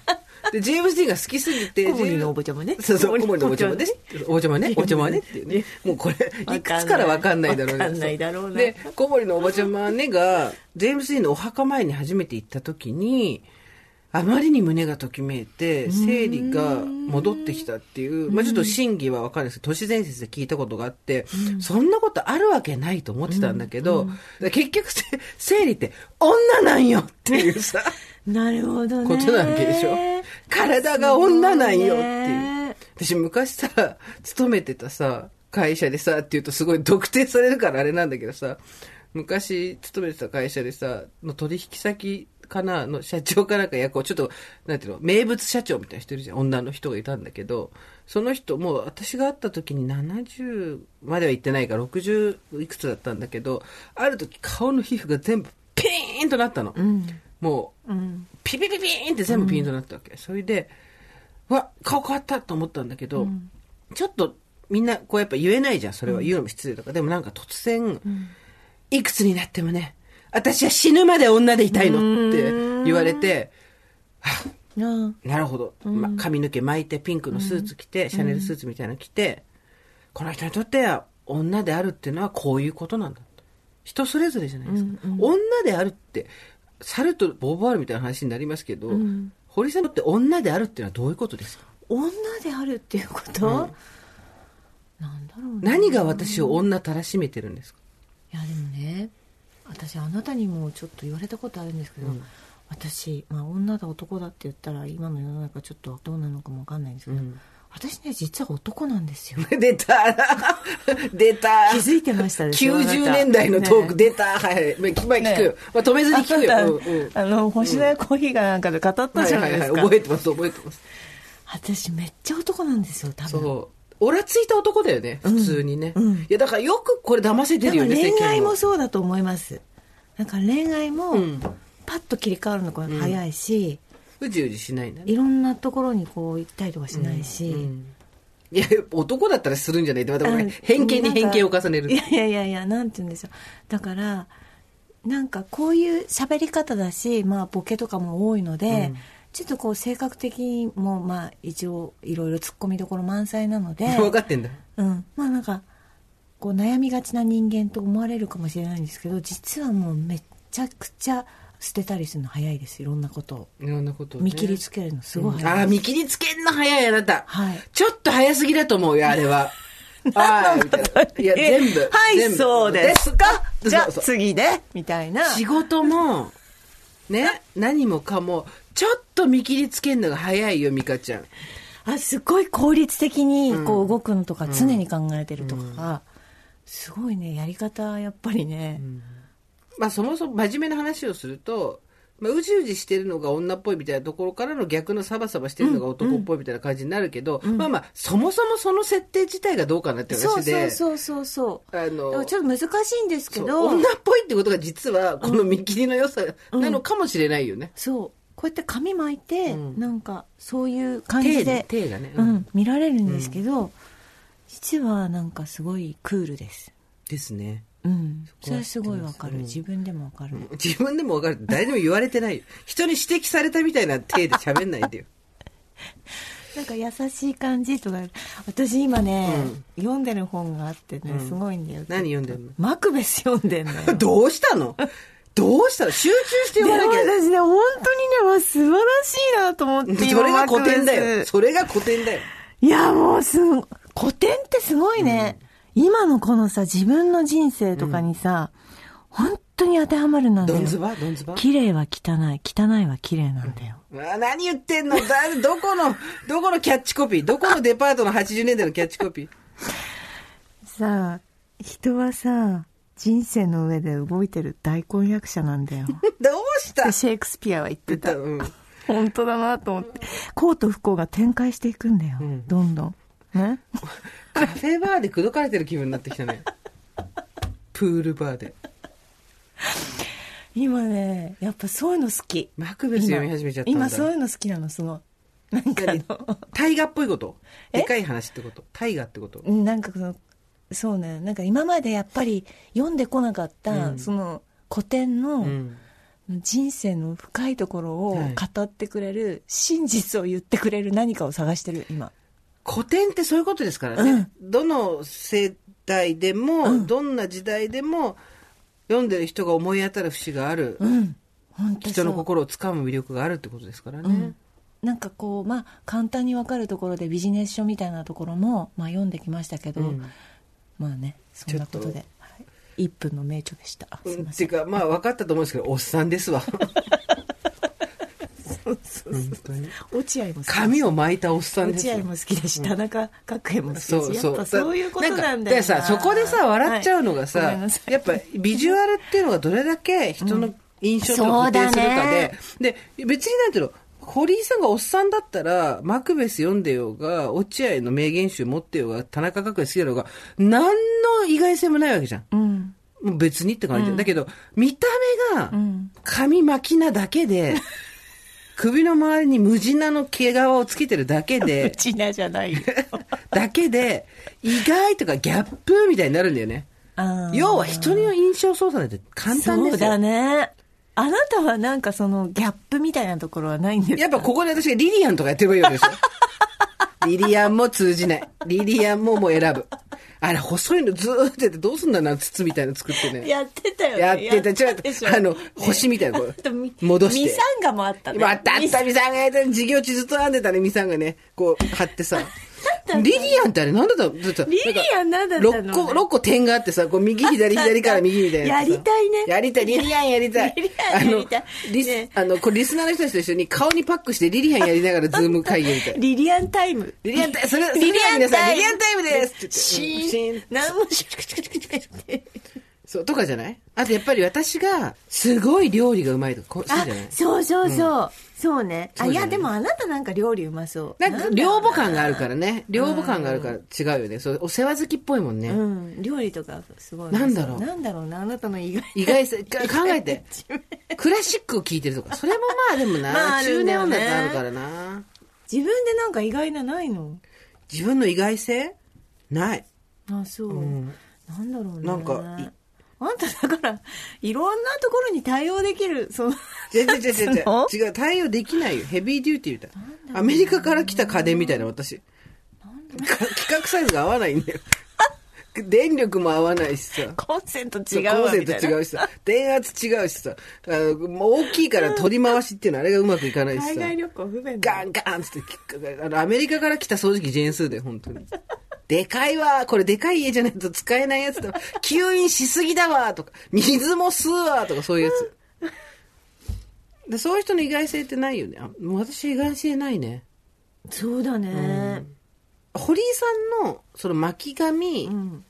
Speaker 2: で、ジェームス・ディーンが好きすぎて。
Speaker 4: 小森のおばちゃまね
Speaker 2: そうそう、小森のおばちゃまです。おばちゃまね、おばちゃまねっていうね。もうこれ、いくつからわかんないだろうね
Speaker 4: わかんないだろうな
Speaker 2: で、小森のおばちゃまねが、ジェームス・ディーンのお墓前に初めて行った時に、あまりに胸がときめいて、生理が戻ってきたっていう、まあちょっと真偽はわかるんですけど、都市伝説で聞いたことがあって、そんなことあるわけないと思ってたんだけど、だから結局せ、生理って女なんよっていうさ、
Speaker 3: なるほどね
Speaker 2: ことなわけでしょ。体が女なんよっ
Speaker 3: すごい
Speaker 2: ていう
Speaker 3: ね。
Speaker 2: 私昔さ、勤めてたさ、会社でさ、って言うとすごい特定されるからあれなんだけどさ、昔勤めてた会社でさ、の取引先かな、の社長かなんか役を、ちょっと、なんていうの、名物社長みたいな人いるじゃん、女の人がいたんだけど、その人、もう私が会った時に70までは行ってないから、60いくつだったんだけど、ある時顔の皮膚が全部ピーンとなったの。もう、ピピピピーンって全部ピーンとなったわけ。それで、うわ顔変わったと思ったんだけど、ちょっとみんなこうやっぱ言えないじゃんそれは言うのも失礼だから、でもなんか突然、いくつになってもね私は死ぬまで女でいたいのって言われて
Speaker 3: うん
Speaker 2: なるほど、ま髪の毛巻いてピンクのスーツ着て、シャネルスーツみたいなの着て、この人にとっては女であるっていうのはこういうことなんだと人それぞれじゃないですか、女であるって猿とボーヴォワールみたいな話になりますけど、堀さんにとって女であるっていうのはどういうことですか
Speaker 3: 女であるっていうこと、なんだろうね
Speaker 2: 何が私を女たらしめてるんですか
Speaker 3: いやでもね私あなたにもちょっと言われたことあるんですけど、私、まあ、女だ男だって言ったら今の世の中ちょっとどうなのかもわかんないんですけど、私ね実は男なんです よ
Speaker 2: 出た出た
Speaker 3: 気づいてましたでしょ
Speaker 2: 90年代のトーク
Speaker 3: で、
Speaker 2: 出た、はいはいまあ聞まあ聞くよ、
Speaker 4: ね
Speaker 2: まあ、止めずに
Speaker 4: あ
Speaker 2: 聞く
Speaker 4: な
Speaker 2: よ、
Speaker 4: た
Speaker 2: うんうん
Speaker 4: あの星のやコーヒーがなんかで語った
Speaker 2: はい
Speaker 4: じゃな
Speaker 2: は
Speaker 4: い
Speaker 2: い
Speaker 4: で
Speaker 2: はい
Speaker 4: すか、
Speaker 2: 覚えてます覚えてます
Speaker 3: 私めっちゃ男なんですよ多分
Speaker 2: そうオラついた男だよね普通にね、いやだからよくこれ騙せて
Speaker 3: だ
Speaker 2: る
Speaker 3: か
Speaker 2: よ
Speaker 3: ら
Speaker 2: ね世
Speaker 3: 恋
Speaker 2: 間
Speaker 3: 愛
Speaker 2: は
Speaker 3: もそうだと思いますなんか恋愛も
Speaker 2: ん
Speaker 3: パッと切り替わるのが早いし、
Speaker 2: うじうじしないんだね
Speaker 3: いろんなところにこう行ったりとかしないし、
Speaker 2: いや男だったらするんじゃないってまたこ
Speaker 3: う
Speaker 2: れ
Speaker 3: ん
Speaker 2: 偏見に偏見を重ねる
Speaker 3: いやいやいやいやなんて言うんでしょうだからなんかこういう喋り方だし、まあ、ボケとかも多いので、ちょっとこう性格的にもまあ一応いろいろツッコミどころ満載なの で
Speaker 2: 分かってんだ
Speaker 3: うん、まあなんかこう悩みがちな人間と思われるかもしれないんですけど実はもうめっちゃくちゃ捨てたりするの早いですいろんなことを
Speaker 2: いろんなことをね、
Speaker 3: 見切りつけるのすごい
Speaker 2: あ
Speaker 3: 早
Speaker 2: あ、
Speaker 3: いで
Speaker 2: 見切りつけんの早いあなた。
Speaker 3: はい
Speaker 2: ちょっと早すぎだと思うよ、あ れは。はい、みたいな。いや、
Speaker 4: え
Speaker 2: 全部。
Speaker 4: はい
Speaker 2: 全部
Speaker 4: そうですか
Speaker 2: です
Speaker 4: じゃあ
Speaker 2: そうそう
Speaker 4: 次ねみたいな
Speaker 2: 仕事も、ね、何もかも、ちょっと見切りつけんのが早いよ、ミカちゃん。
Speaker 3: すあすごい効率的にこう動くのとか常に考えてるとかが、すごいねやり方やっぱりね、
Speaker 2: まあ、そもそも真面目な話をすると、まあ、うじうじしてるのが女っぽいみたいなところからの逆のサバサバしてるのが男っぽいみたいな感じになるけど、まあまあ、そもそもその設定自体がどうかなって
Speaker 3: そう
Speaker 2: 話で。
Speaker 3: そうそうそうそう
Speaker 2: あの
Speaker 3: だからちょっと難しいんですけ
Speaker 2: そう
Speaker 3: ど
Speaker 2: 女っぽいってことが実はこの見切りの良さなのかもしれないよね、
Speaker 3: そうこうやって髪巻いて、
Speaker 2: うん
Speaker 3: なんかそういう感
Speaker 2: 手
Speaker 3: じ
Speaker 2: で
Speaker 3: で
Speaker 2: 手がね、
Speaker 3: うん見られるんですけど、実はなんかすごいクールです
Speaker 2: ですね
Speaker 3: うん
Speaker 2: こ
Speaker 3: それはすごいわかる
Speaker 2: うん
Speaker 3: 自分でもわかる、
Speaker 2: 自分でも分かる誰にも言われてないよ人に指摘されたみたいな手で喋んないでよ
Speaker 3: なんか優しい感じとか私今ね、読んでる本があってね、
Speaker 2: うん
Speaker 3: すごいんだよ
Speaker 2: 何読んでんの
Speaker 3: マクベス読んでんのよ
Speaker 2: どうしたのどうしたの集中して
Speaker 3: でも
Speaker 2: 読まなきゃ
Speaker 3: 私ね本当にねわ素晴らしいなと思って
Speaker 2: それが古典だ
Speaker 3: マクベ
Speaker 2: よ
Speaker 3: ス
Speaker 2: それが古典だよ
Speaker 3: いや、もうすん、古典ってすごいね。今のこのさ、自分の人生とかにさ、本当に当てはまるなんだ
Speaker 2: ド
Speaker 3: よ
Speaker 2: ン。ズバドンズバ
Speaker 3: 綺麗は汚い、汚いは綺麗なんだよ。
Speaker 2: あ何言ってんのだどこのどこのキャッチコピーどこのデパートの80年代のキャッチコピー
Speaker 3: さあ、人はさ、人生の上で動いてる大婚約者なんだ よ。
Speaker 2: どうした
Speaker 3: でシェイクスピアは 言ってた。
Speaker 2: うん
Speaker 3: 本当だなと思って。幸と不幸が展開していくんだよ。どんどん。ね
Speaker 2: カフェバーで口説かれてる気分になってき たね。プールバーで。
Speaker 3: 今ね、やっぱそういうの好き。
Speaker 2: マクベス読み始めちゃったんだ。
Speaker 3: 今そういうの好きなの、すごい。なんかあの
Speaker 2: 何。タイガっぽいこと
Speaker 3: え
Speaker 2: でかい話ってことタイガってこと
Speaker 3: なんかその
Speaker 4: そうねなんか今までやっぱり読んでこなかった、
Speaker 2: うん
Speaker 4: その古典の、
Speaker 2: うん
Speaker 4: 人生の深いところを
Speaker 2: はい
Speaker 4: 語ってくれる、真実を言ってくれる何かを探してる今
Speaker 2: 古典ってそういうことですからね、どの世代でも、どんな時代でも読んでる人が思い当たる節がある、
Speaker 4: うん本当そう
Speaker 2: 人の心をつかむ魅力があるってことですからね、
Speaker 4: うんなんかこうまあ簡単に分かるところでビジネス書みたいなところも、まあ、読んできましたけど、
Speaker 2: うん
Speaker 4: まあねそんなこと
Speaker 2: ちょ
Speaker 4: で、はい、1分の名著でしたあすい
Speaker 2: うん
Speaker 4: ま
Speaker 2: って
Speaker 4: せ
Speaker 2: い
Speaker 4: ん
Speaker 2: うかまあ分かったと思うんですけどおっさんで すわ本当に
Speaker 4: 落合も好きでした
Speaker 2: 髪を巻いたおっさんです
Speaker 4: 落
Speaker 2: よ
Speaker 4: 合も好きでし、田中角栄も好きです
Speaker 2: そうそ
Speaker 4: やっ
Speaker 2: う
Speaker 4: ぱそういうことなんだよ
Speaker 2: か
Speaker 4: な
Speaker 2: でさそこでさ笑っちゃうのがさ、
Speaker 4: はいごめんなさい
Speaker 2: やっぱビジュアルっていうのがどれだけ人の印象とか
Speaker 1: そ
Speaker 2: 固
Speaker 1: うだ
Speaker 2: 定
Speaker 1: ね
Speaker 2: するかで、で別になんていうの堀井さんがおっさんだったら、マクベス読んでようが、落合の名言集持ってようが、田中角栄好きだろうが、何の意外性もないわけじゃん。
Speaker 4: うん
Speaker 2: もう別にって感じ、だけど、見た目が
Speaker 4: ん、
Speaker 2: 髪巻きなだけ で、首の周りに無地なの毛皮をつけてるだ け
Speaker 4: う
Speaker 2: で、
Speaker 4: ちなじゃ ないよ
Speaker 2: だけで、意外とかギャップみたいになるんだよね。
Speaker 4: あー
Speaker 2: 要は人の印象操作なんて簡単ですよ。
Speaker 4: そうだねあなたはなんかそのギャップみたいなところはないんですか
Speaker 2: やっぱここで私がリリアンとかやってればいいわけですよ。リリアンも通じない。リリアンももう選ぶ。あれ、細いのずーっとやってどうすんだな、筒みたいなの作ってね。
Speaker 4: やってたよね
Speaker 2: やってた、ちょっ
Speaker 4: でし
Speaker 2: と、あの、星みたいな、こ
Speaker 4: あとみ
Speaker 2: う、戻して。
Speaker 4: ミサンガもあったね
Speaker 2: あったあった、ミサンガやった。授業中ずっと編んでたね、ミサンガね。こう、貼っ てさ。リリアンってあれなんだったのだってさ
Speaker 4: リリアンなんだったの
Speaker 2: なんか六個、六個点があってさ、こう、右、左、左から右みたいなさ。
Speaker 4: やりたいね
Speaker 2: やりたい、リリアンやりたい。
Speaker 4: リリアンやりたい
Speaker 2: あのリス、
Speaker 4: ね
Speaker 2: あの、これリスナーの人たちと一緒に顔にパックしてリリアンやりながらズーム会議みたいな。
Speaker 4: リリアンタイム
Speaker 2: リリアンタイム、それ、それでは皆さん、リリアンタイムですって言って
Speaker 4: シ
Speaker 2: うんシ
Speaker 4: ー
Speaker 2: ー
Speaker 4: ン
Speaker 2: ン
Speaker 4: 何もシュクシュクシュクシュクって
Speaker 2: そう、とかじゃないあとやっぱり私が、すごい料理がうまいとか、こうそう
Speaker 3: あ
Speaker 2: じゃない
Speaker 3: そうそうそう、そうねあ
Speaker 2: そう
Speaker 3: い
Speaker 2: じゃ
Speaker 3: や
Speaker 2: ない
Speaker 3: でもあなたなんか料理うまそう
Speaker 2: なんか、寮母感があるからね。寮母感があるから違うよね。そう、お世話好きっぽいもんね。
Speaker 3: うん料理とかすごい
Speaker 2: なんだろう
Speaker 3: なんだろうなあなたの意外
Speaker 2: 意外 性、か考えて。クラシックを聴いてるとか。それも まあでもな、
Speaker 3: まあある
Speaker 2: 中
Speaker 3: んだよね
Speaker 2: 年音楽あるからな。
Speaker 3: 自分でなんか意外なないの
Speaker 2: 自分の意外性ない。
Speaker 3: あそう、なんだろうね
Speaker 2: なんかい
Speaker 3: あんただからいろんなところに対応できるその
Speaker 2: 違う違う違う 違
Speaker 4: そう
Speaker 2: う。違う、対応できないよ。ヘビーデューティーみたいな。アメリカから来た家電みたいな私。か 規格サイズが合わないんだよ。 電力も合わないしさ。
Speaker 4: コンセント
Speaker 2: そう
Speaker 4: 違う
Speaker 2: コ
Speaker 4: わ
Speaker 2: ンセ
Speaker 4: み
Speaker 2: ント
Speaker 4: たい
Speaker 2: 違
Speaker 4: な
Speaker 2: うしさ、電圧違うしさ、あのもう大きいから取り回しっていうのあれがうまくいかないしさ。
Speaker 3: 海外旅行不便だ
Speaker 2: ガンガンっつってキック、あの、アメリカから来た掃除機ジェーンスーで、本当に。でかいわこれでかい家じゃないと使えないやつだわ吸引しすぎだわとか、水も吸うわとか、そういうやつ。でそういう人の意外性ってないよね。あもう私意外性ないね。
Speaker 3: そうだね、
Speaker 2: 堀井さんの、その巻き髪、
Speaker 3: ん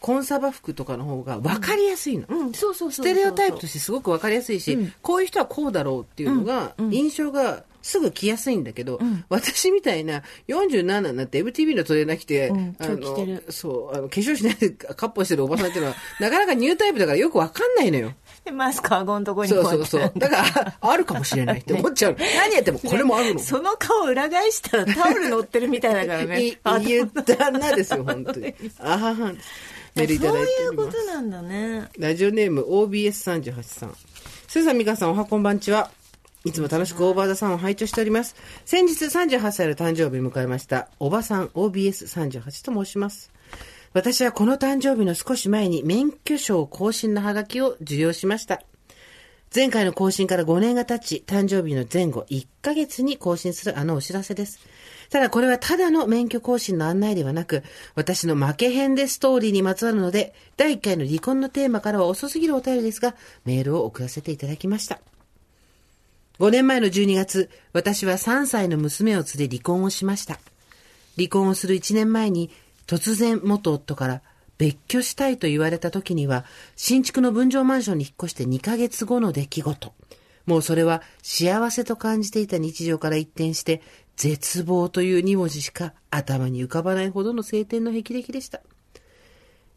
Speaker 2: コンサバ服とかの方が分かりやすいの。
Speaker 3: うんそうそうそうそう
Speaker 2: ステレオタイプとしてすごく分かりやすいし、こういう人はこうだろうっていうのが、印象がすぐ来やすいんだけど、私みたいな47になって MTV のトレーナー来て、
Speaker 4: ん
Speaker 2: あ
Speaker 4: 今日着てる
Speaker 2: の、そう、あの、化粧しないで カッポしてるおばさんっていうのは、なかなかニュータイプだからよく分かんないのよ。
Speaker 4: でマスク顎のとこにこ
Speaker 2: そうう
Speaker 4: やっ
Speaker 2: そ
Speaker 4: て
Speaker 2: うそう。だから、ああるかもしれないって思っちゃうの。何やってもこれも あるの。
Speaker 4: その顔裏返したらタオル乗ってるみたいだから
Speaker 2: い
Speaker 4: ねあでも
Speaker 2: 言ったなですよ、本当に。あははん。メールいた
Speaker 3: そう
Speaker 2: だいて
Speaker 3: い
Speaker 2: おり
Speaker 3: うこ
Speaker 2: ます
Speaker 3: と。なんだね
Speaker 2: ラジオネーム OBS38 さん。スーさん、ミカさん、おはこんばんちは。いつも楽しくオーバーザさんを拝聴しております。先日38歳の誕生日を迎えました、おばさん OBS38 と申します。私はこの誕生日の少し前に免許証更新のハガキを受領しました。前回の更新から5年が経ち、誕生日の前後1ヶ月に更新するあのお知らせです。ただこれはただの免許更新の案内ではなく、私の負け編でストーリーにまつわるので、第1回の離婚のテーマからは遅すぎるお便りですが、メールを送らせていただきました。5年前の12月、私は3歳の娘を連れ離婚をしました。離婚をする1年前に、突然元夫から別居したいと言われた時には、新築の分譲マンションに引っ越して2ヶ月後の出来事。もうそれは幸せと感じていた日常から一転して、絶望という2文字しか頭に浮かばないほどの晴天の霹靂でした。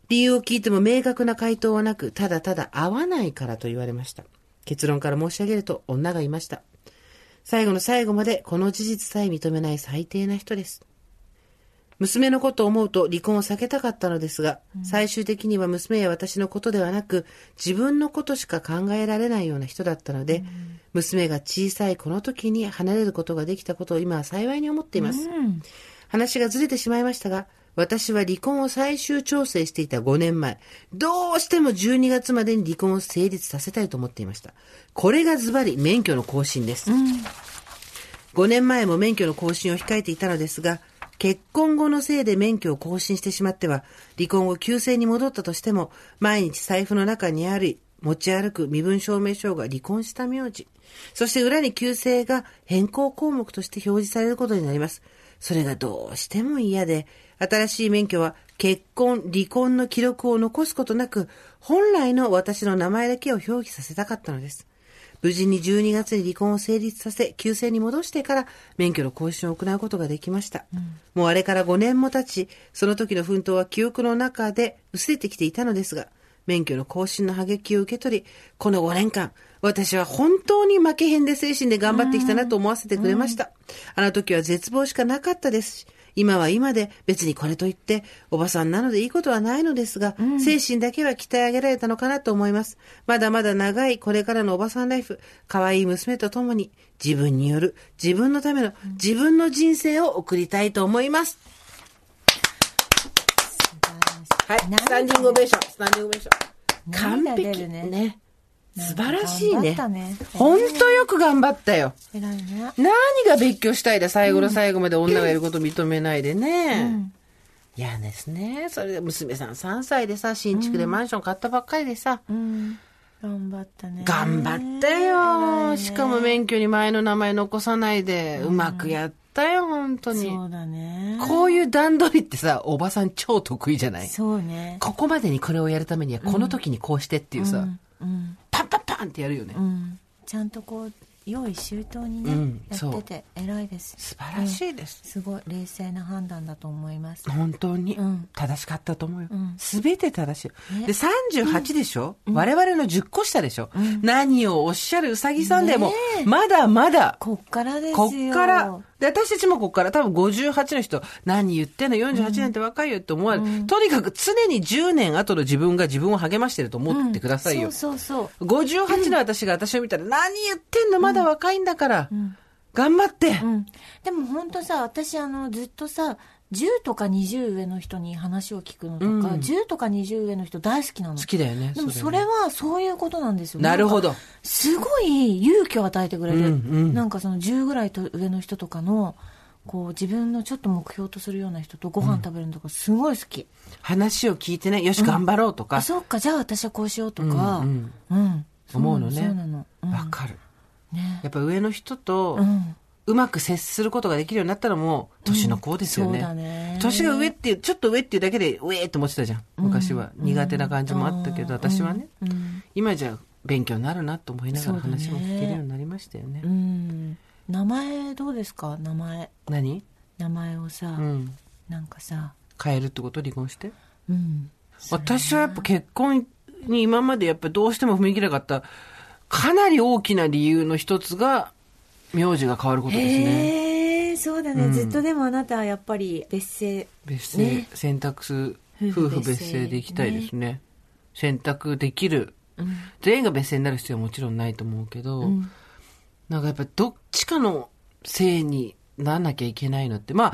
Speaker 2: 理由を聞いても明確な回答はなく、ただただ合わないからと言われました。結論から申し上げると女がいました。最後の最後までこの事実さえ認めない最低な人です。娘のことを思うと離婚を避けたかったのですが、最終的には娘や私のことではなく、自分のことしか考えられないような人だったので、娘が小さいこの時に離れることができたことを今は幸いに思っています。話がずれてしまいましたが、私は離婚を最終調整していた5年前、どうしても12月までに離婚を成立させたいと思っていました。これがズバリ免許の更新です。5年前も免許の更新を控えていたのですが、結婚後のせいで免許を更新してしまっては、離婚後旧姓に戻ったとしても、毎日財布の中にある、持ち歩く身分証明書が離婚した名字。そして裏に旧姓が変更項目として表示されることになります。それがどうしても嫌で、新しい免許は結婚、離婚の記録を残すことなく、本来の私の名前だけを表記させたかったのです。無事に12月に離婚を成立させ、旧姓に戻してから免許の更新を行うことができました。もうあれから5年も経ち、その時の奮闘は記憶の中で薄れてきていたのですが、免許の更新の励きを受け取り、この5年間、私は本当に負けへんで精神で頑張ってきたなと思わせてくれました。あの時は絶望しかなかったですし、今は今で別にこれといって、おばさんなのでいいことはないのですが、精神だけは鍛え上げられたのかなと思います。まだまだ長いこれからのおばさんライフ、可愛い娘と共に、自分による、自分のための、自分の人生を送りたいと思います。はい、スタンディングオベーション、スタンディングオベーション。
Speaker 3: 涙
Speaker 2: 完
Speaker 3: 出
Speaker 2: 璧
Speaker 3: るね
Speaker 2: ね。素晴らしい
Speaker 3: 頑張
Speaker 2: ね
Speaker 3: ったね。
Speaker 2: 本当よく頑張ったよ。
Speaker 3: 偉いね。
Speaker 2: 何が別居したいだ最後の最後まで女がいること認めないでね。嫌、ですね。それで娘さん3歳でさ、新築でマンション買ったばっかりでさ、
Speaker 3: うん。頑張ったね。
Speaker 2: 頑張ったよ、しかも免許に前の名前残さないで、うまくやったよ、本当に。
Speaker 3: そうだね。
Speaker 2: こういう段取りってさ、おばさん超得意じゃない
Speaker 3: そうね。
Speaker 2: ここまでにこれをやるためには、この時にこうしてっていうさ、
Speaker 3: うん。
Speaker 2: パンパンパンってやるよね。
Speaker 3: うん。ちゃんとこう、用意周到にね、
Speaker 2: うん
Speaker 3: やってて、偉いです。
Speaker 2: 素晴らしいです。
Speaker 3: すごい冷静な判断だと思います。
Speaker 2: 本当に
Speaker 3: うん
Speaker 2: 正しかったと思うよ
Speaker 3: ん。
Speaker 2: す、べ、て正しい。
Speaker 3: ね
Speaker 2: で、38でしょ、我々の10個下でしょ、何をおっしゃるうさぎさんでも、まだまだ、
Speaker 3: こっからですよ。
Speaker 2: こっから、で、私たちもこっから多分58の人、何言ってんの ?48 年って若いよって思われる、とにかく常に10年後の自分が自分を励ましてると思ってくださいよ。
Speaker 3: そうそうそう。
Speaker 2: 58の私が私を見たら、何言ってんのまだ若いんだから、頑張って、
Speaker 3: うん、でも本当さ私あのずっとさ10とか20上の人に話を聞くのとか、
Speaker 2: うん
Speaker 3: 10とか20上の人大好きなの
Speaker 2: 好きだよね。
Speaker 3: でも
Speaker 2: ね
Speaker 3: それはそういうことなんですよ
Speaker 2: なるほ
Speaker 3: ん
Speaker 2: ど
Speaker 3: か。すごい勇気を与えてくれる、
Speaker 2: うんうん
Speaker 3: なんかその10ぐらいと上の人とかのこう自分のちょっと目標とするような人とご飯食べるのとかすごい好き、
Speaker 2: 話を聞いてね、よし、頑張ろうとか
Speaker 3: あ、そうかじゃあ私はこうしようとか
Speaker 2: う
Speaker 3: うんん、
Speaker 2: 思うのね
Speaker 3: そうなのそうなの、
Speaker 2: わかる。
Speaker 3: うん、ね
Speaker 2: やっぱ上の人と
Speaker 3: うん
Speaker 2: うまく接することができるようになったのも年の子ですよ
Speaker 3: そう
Speaker 2: ね。
Speaker 3: だね
Speaker 2: 年が上っていう、ちょっと上っていうだけで、上って思ってたじゃん。昔は。苦手な感じもあったけど、
Speaker 3: うん
Speaker 2: 私はね。
Speaker 3: うん
Speaker 2: 今じゃ勉強になるなと思いながら
Speaker 3: そうだね
Speaker 2: 話も聞けるようになりましたよね
Speaker 3: う。ん名前どうですか名前
Speaker 2: 何
Speaker 3: 名前をさ、
Speaker 2: うん。
Speaker 3: なんかさ
Speaker 2: 変えるってこと離婚して
Speaker 3: うん
Speaker 2: 私はやっぱ結婚に今までやっぱどうしても踏み切れなかった、かなり大きな理由の一つが、名字が変わることですね。
Speaker 5: へえそうだね、
Speaker 2: うん
Speaker 5: ずっとでもあなたはやっぱり別姓
Speaker 2: 別姓、
Speaker 5: ね
Speaker 2: 選択す
Speaker 5: 夫
Speaker 2: 夫
Speaker 5: 婦
Speaker 2: 婦別
Speaker 5: 別
Speaker 2: 姓
Speaker 5: 姓
Speaker 2: でいきたいですね選択できる、全員が別姓になる必要はもちろんないと思うけど、なんかやっぱどっちかの性にならなきゃいけないのってまあ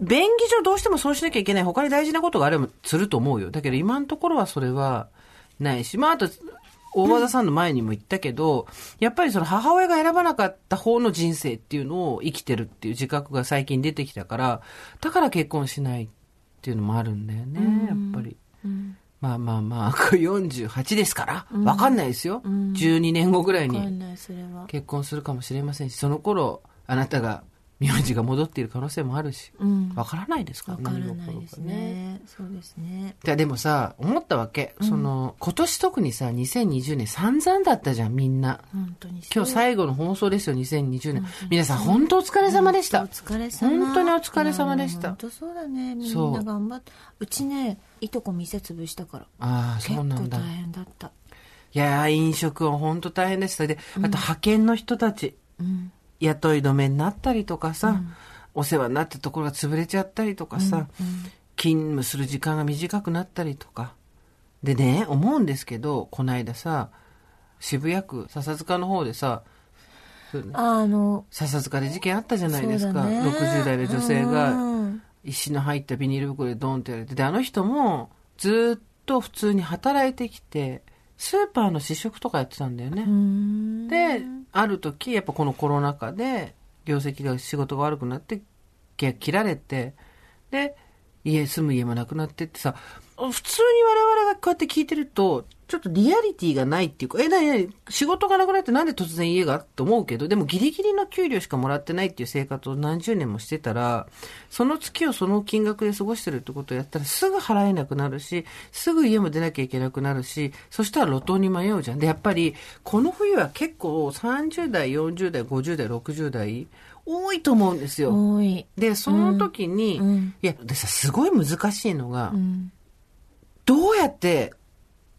Speaker 2: 便宜上どうしてもそうしなきゃいけない他に大事なことがあればすると思うよだけど今のところはそれはないしまああと大和田さんの前にも言ったけど、やっぱりその母親が選ばなかった方の人生っていうのを生きてるっていう自覚が最近出てきたからだから結婚しないっていうのもあるんだよね、やっぱり。まあまあまあ、これ48ですから、わかんないですよ。12年後ぐらい
Speaker 3: わかん
Speaker 2: に
Speaker 3: ないそれは
Speaker 2: 結婚するかもしれませんし、その頃、あなたが、名字が戻っている可能性もあるし、
Speaker 3: うん
Speaker 2: わからないですから
Speaker 3: わ
Speaker 2: ね
Speaker 3: からないですね。そうですね
Speaker 2: いやでもさ、思ったわけ。その、今年特にさ、2020年散々だったじゃん、みんな。
Speaker 3: 本当にそう
Speaker 2: 今日最後の放送ですよ、2020年。皆さん、本当お疲れ様でした
Speaker 3: お。疲れ様
Speaker 2: 本当にお疲れ様でした
Speaker 3: うん本当そうだねみ
Speaker 2: そ
Speaker 3: ん
Speaker 2: う
Speaker 3: な頑張ってうちねいとこ店潰したから
Speaker 2: ああ、
Speaker 3: 結
Speaker 2: そう
Speaker 3: 構
Speaker 2: なんだ
Speaker 3: 大。変だった
Speaker 2: いやー、飲食は本当大変でした。で、あと派遣の人たち、
Speaker 3: うん
Speaker 2: 雇い止めになったりとかさ、お世話になったところが潰れちゃったりとかさ、勤務する時間が短くなったりとか。でね、思うんですけど、こないださ、渋谷区笹塚の方でさ、そうね
Speaker 3: あの、
Speaker 2: 笹塚で事件あったじゃないです
Speaker 3: そう
Speaker 2: か、
Speaker 3: だね
Speaker 2: 60代の女性
Speaker 3: う
Speaker 2: が
Speaker 3: ん
Speaker 2: 石の入ったビニール袋でドンってやられてであの人もずっと普通に働いてきてスーパーの試食とかやってたんだよね、
Speaker 3: うん
Speaker 2: である時やっぱこのコロナ禍で業績が仕事が悪くなってけ切られてで家住む家もなくなってってさ普通に我々がこうやって聞いてるとちょっとリアリティがないっていうかえなになに仕事がなくなってなんで突然家がって思うけどでもギリギリの給料しかもらってないっていう生活を何十年もしてたらその月をその金額で過ごしてるってことをやったらすぐ払えなくなるしすぐ家も出なきゃいけなくなるしそしたら路頭に迷うじゃんでやっぱりこの冬は結構30代40代50代60代多いと思うんですよ。
Speaker 3: 多い。
Speaker 2: でその時に、
Speaker 3: うんうん
Speaker 2: いやでさすごい難しいのが、
Speaker 3: うん。
Speaker 2: どうやって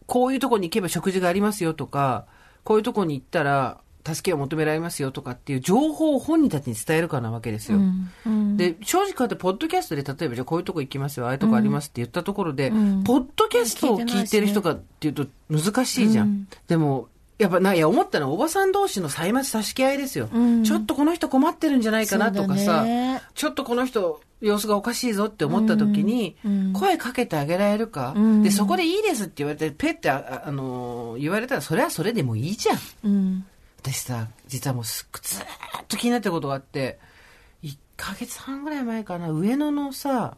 Speaker 2: こういうとこに行けば食事がありますよとかこういうとこに行ったら助けを求められますよとかっていう情報を本人たちに伝えるかなわけですよ。
Speaker 3: うん
Speaker 2: で正直こうやってポッドキャストで例えばじゃあこういうとこ行きますよああいうとこありますって言ったところで、
Speaker 3: うん
Speaker 2: ポッドキャストを聞いてる人かっていうと難しいじゃん、でもやっぱないや思ったのはおばさん同士の歳末差しき合いですよ、
Speaker 3: ん
Speaker 2: ちょっとこの人困ってるんじゃないかなとか
Speaker 3: そうだ
Speaker 2: さ、
Speaker 3: ね
Speaker 2: ちょっとこの人様子がおかしいぞって思った時に、
Speaker 3: うんうん
Speaker 2: 声かけてあげられるか、
Speaker 3: うん
Speaker 2: でそこでいいですって言われてペッてあ、ああのー言われたらそれはそれでもいいじゃん
Speaker 3: うん。
Speaker 2: 私さ実はもうすっずーっと気になってることがあって1ヶ月半ぐらい前かな上野のさ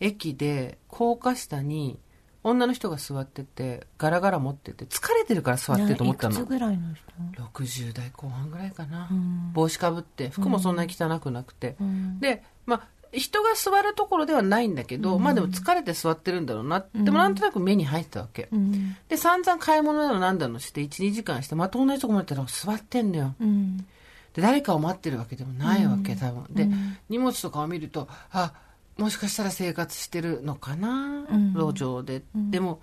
Speaker 2: 駅で高架下に女の人が座っててガラガラ持ってて疲れてるから座ってると思った
Speaker 3: いくつ
Speaker 2: の
Speaker 3: ぐらいの人
Speaker 2: 60代後半ぐらいかな、
Speaker 3: ん
Speaker 2: 帽子かぶって服もそんなに汚くなくて、
Speaker 3: うん。
Speaker 2: で、まあ、人が座るところではないんだけど、まあでも疲れて座ってるんだろうなって、でもなんとなく目に入ってたわけ。
Speaker 3: うん。
Speaker 2: で、散々買い物だのなんだのして、1、2時間して、また同じとこまで行ったら座ってんのよ。
Speaker 3: うん。
Speaker 2: で、誰かを待ってるわけでもないわけ、多分。で、荷物とかを見ると、あ、もしかしたら生活してるのかな、
Speaker 3: うん
Speaker 2: 路上で。でも、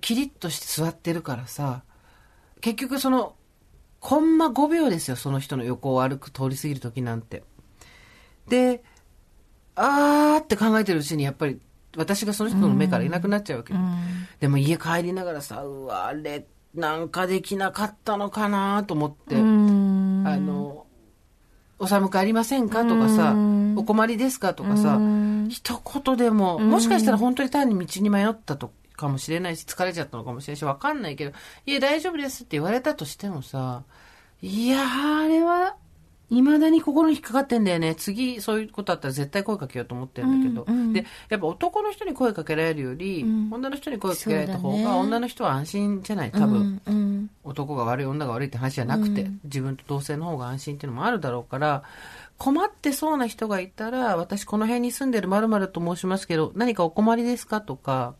Speaker 2: キリッとして座ってるからさ、結局その、コンマ5秒ですよ、その人の横を歩く、通り過ぎる時なんて。で、あーって考えてるうちにやっぱり私がその人の目からいなくなっちゃうわけよ、でも家帰りながらさうわあれなんかできなかったのかなと思って、
Speaker 3: うん。
Speaker 2: あの「お寒くありませんか?」とかさ
Speaker 3: うん
Speaker 2: 「お困りですか?」とかさ
Speaker 3: うん
Speaker 2: 一言でももしかしたら本当に単に道に迷ったとかもしれないし疲れちゃったのかもしれないし分かんないけど「いや大丈夫です」って言われたとしてもさいやーあれは未だに心に引っかかってんだよね次そういうことあったら絶対声かけようと思ってるんだけど、
Speaker 3: うんうん
Speaker 2: でやっぱ男の人に声かけられるより、
Speaker 3: ん
Speaker 2: 女の人に声かけられた方
Speaker 3: そうだ
Speaker 2: が
Speaker 3: ね
Speaker 2: 女の人は安心じゃない多分、
Speaker 3: うん。
Speaker 2: 男が悪い女が悪いって話じゃなくて、自分と同性の方が安心っていうのもあるだろうから困ってそうな人がいたら私この辺に住んでるまると申しますけど何かお困りですかとか、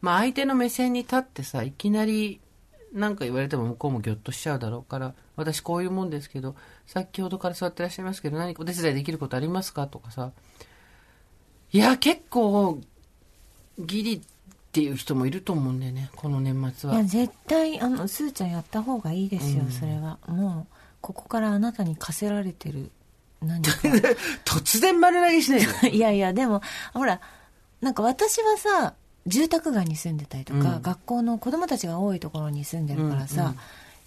Speaker 2: まあ、相手の目線に立ってさいきなり何か言われても向こうもギョッとしちゃうだろうから私こういうもんですけど先ほどから座ってらっしゃいますけど何かお手伝いできることありますかとかさいや結構ギリっていう人もいると思うんだよねこの年末
Speaker 3: い
Speaker 2: は
Speaker 3: や、。絶対、あの、すーちゃんやった方がいいですよ、それは。もう、ここからあなたに課せられてる何か。
Speaker 2: 突然丸投げしない で。
Speaker 3: いやいや、でも、ほら、なんか私はさ、住宅街に住んでたりとか、
Speaker 2: うん
Speaker 3: 学校の子供たちが多いところに住んでるからさ、
Speaker 2: うんうん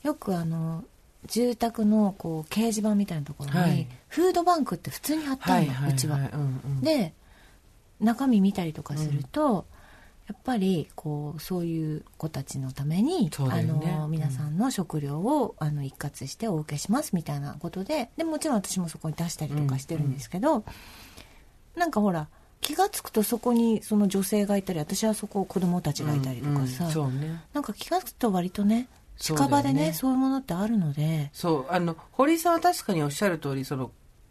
Speaker 3: よくあの、住宅のこう掲示板みたいなところに、
Speaker 2: はい
Speaker 3: フードバンクって普通にあったの、うちは。
Speaker 2: うんうん
Speaker 3: で、中身見たりとかすると、やっぱりこうそういう子たちのために、
Speaker 2: そうだ
Speaker 3: あ
Speaker 2: よね
Speaker 3: の
Speaker 2: うん
Speaker 3: 皆さんの食料を、あの一括してお受けしますみたいなことででもちろん私もそこに出したりとかしてるんですけど、なんかほら気が付くとそこにその女性がいたり私はそこを子供たちがいたりとかさ、
Speaker 2: うんうんそうね。
Speaker 3: なんか気が付くと割とね
Speaker 2: そう
Speaker 3: 近
Speaker 2: だよね
Speaker 3: 場でねそういうものってあるので
Speaker 2: そう、あの、堀井さんは確かにおっしゃる通り、その、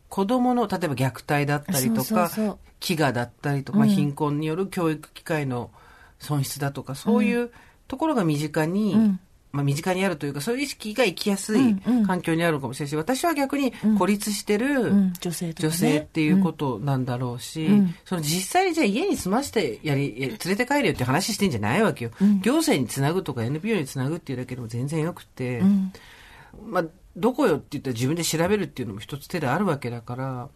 Speaker 2: 子供の、例えば虐待だったりと
Speaker 3: そう
Speaker 2: か
Speaker 3: そうそう、
Speaker 2: 飢餓だったりとか、
Speaker 3: うん
Speaker 2: 貧困による教育機会の損失だとか、そういうところが身近に、
Speaker 3: うん
Speaker 2: まあ身近にあるというか、そういう意識が生きやす
Speaker 3: う
Speaker 2: い
Speaker 3: んうん
Speaker 2: 環境にあるのかもしれないし、私は逆に
Speaker 3: うん
Speaker 2: 孤立してる、
Speaker 3: うん女性とか、ね、
Speaker 2: 女性っていうことなんだろうし、
Speaker 3: うん
Speaker 2: その実際にじゃあ家に住ましてやり、や連れて帰るよって話してんじゃないわけよ。
Speaker 3: うん
Speaker 2: 行政につなぐとか NPO につなぐっていうだけでも全然よくて、
Speaker 3: うんうん
Speaker 2: まあ、どこよって言ったら自分で調べるっていうのも一つ手であるわけだから、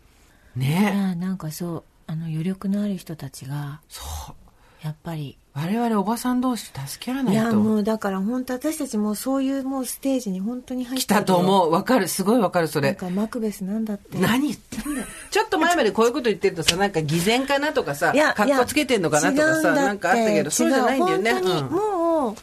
Speaker 4: い
Speaker 2: ね
Speaker 4: やなんかそうあの余力のある人たちが
Speaker 2: そう
Speaker 4: やっぱり
Speaker 2: 我々おばさん同士助け合わないい
Speaker 3: やも
Speaker 2: と
Speaker 3: うだから本当私たちもうそういうもうステージに本当に入っ
Speaker 2: 来
Speaker 3: てる
Speaker 2: たと思うわかるすごいわかるそ
Speaker 3: なん
Speaker 2: れ
Speaker 3: かマクベスなんだって
Speaker 2: 何言ってんだよちょっと前までこういうこと言ってるとさなんか偽善かなとかさ
Speaker 3: いや
Speaker 2: かっこつけてんのかなとか
Speaker 3: いや違
Speaker 2: さ
Speaker 3: うんだって
Speaker 2: なんかあったけどそうじゃないんだよね
Speaker 3: 違う本当に、
Speaker 2: うん
Speaker 3: もう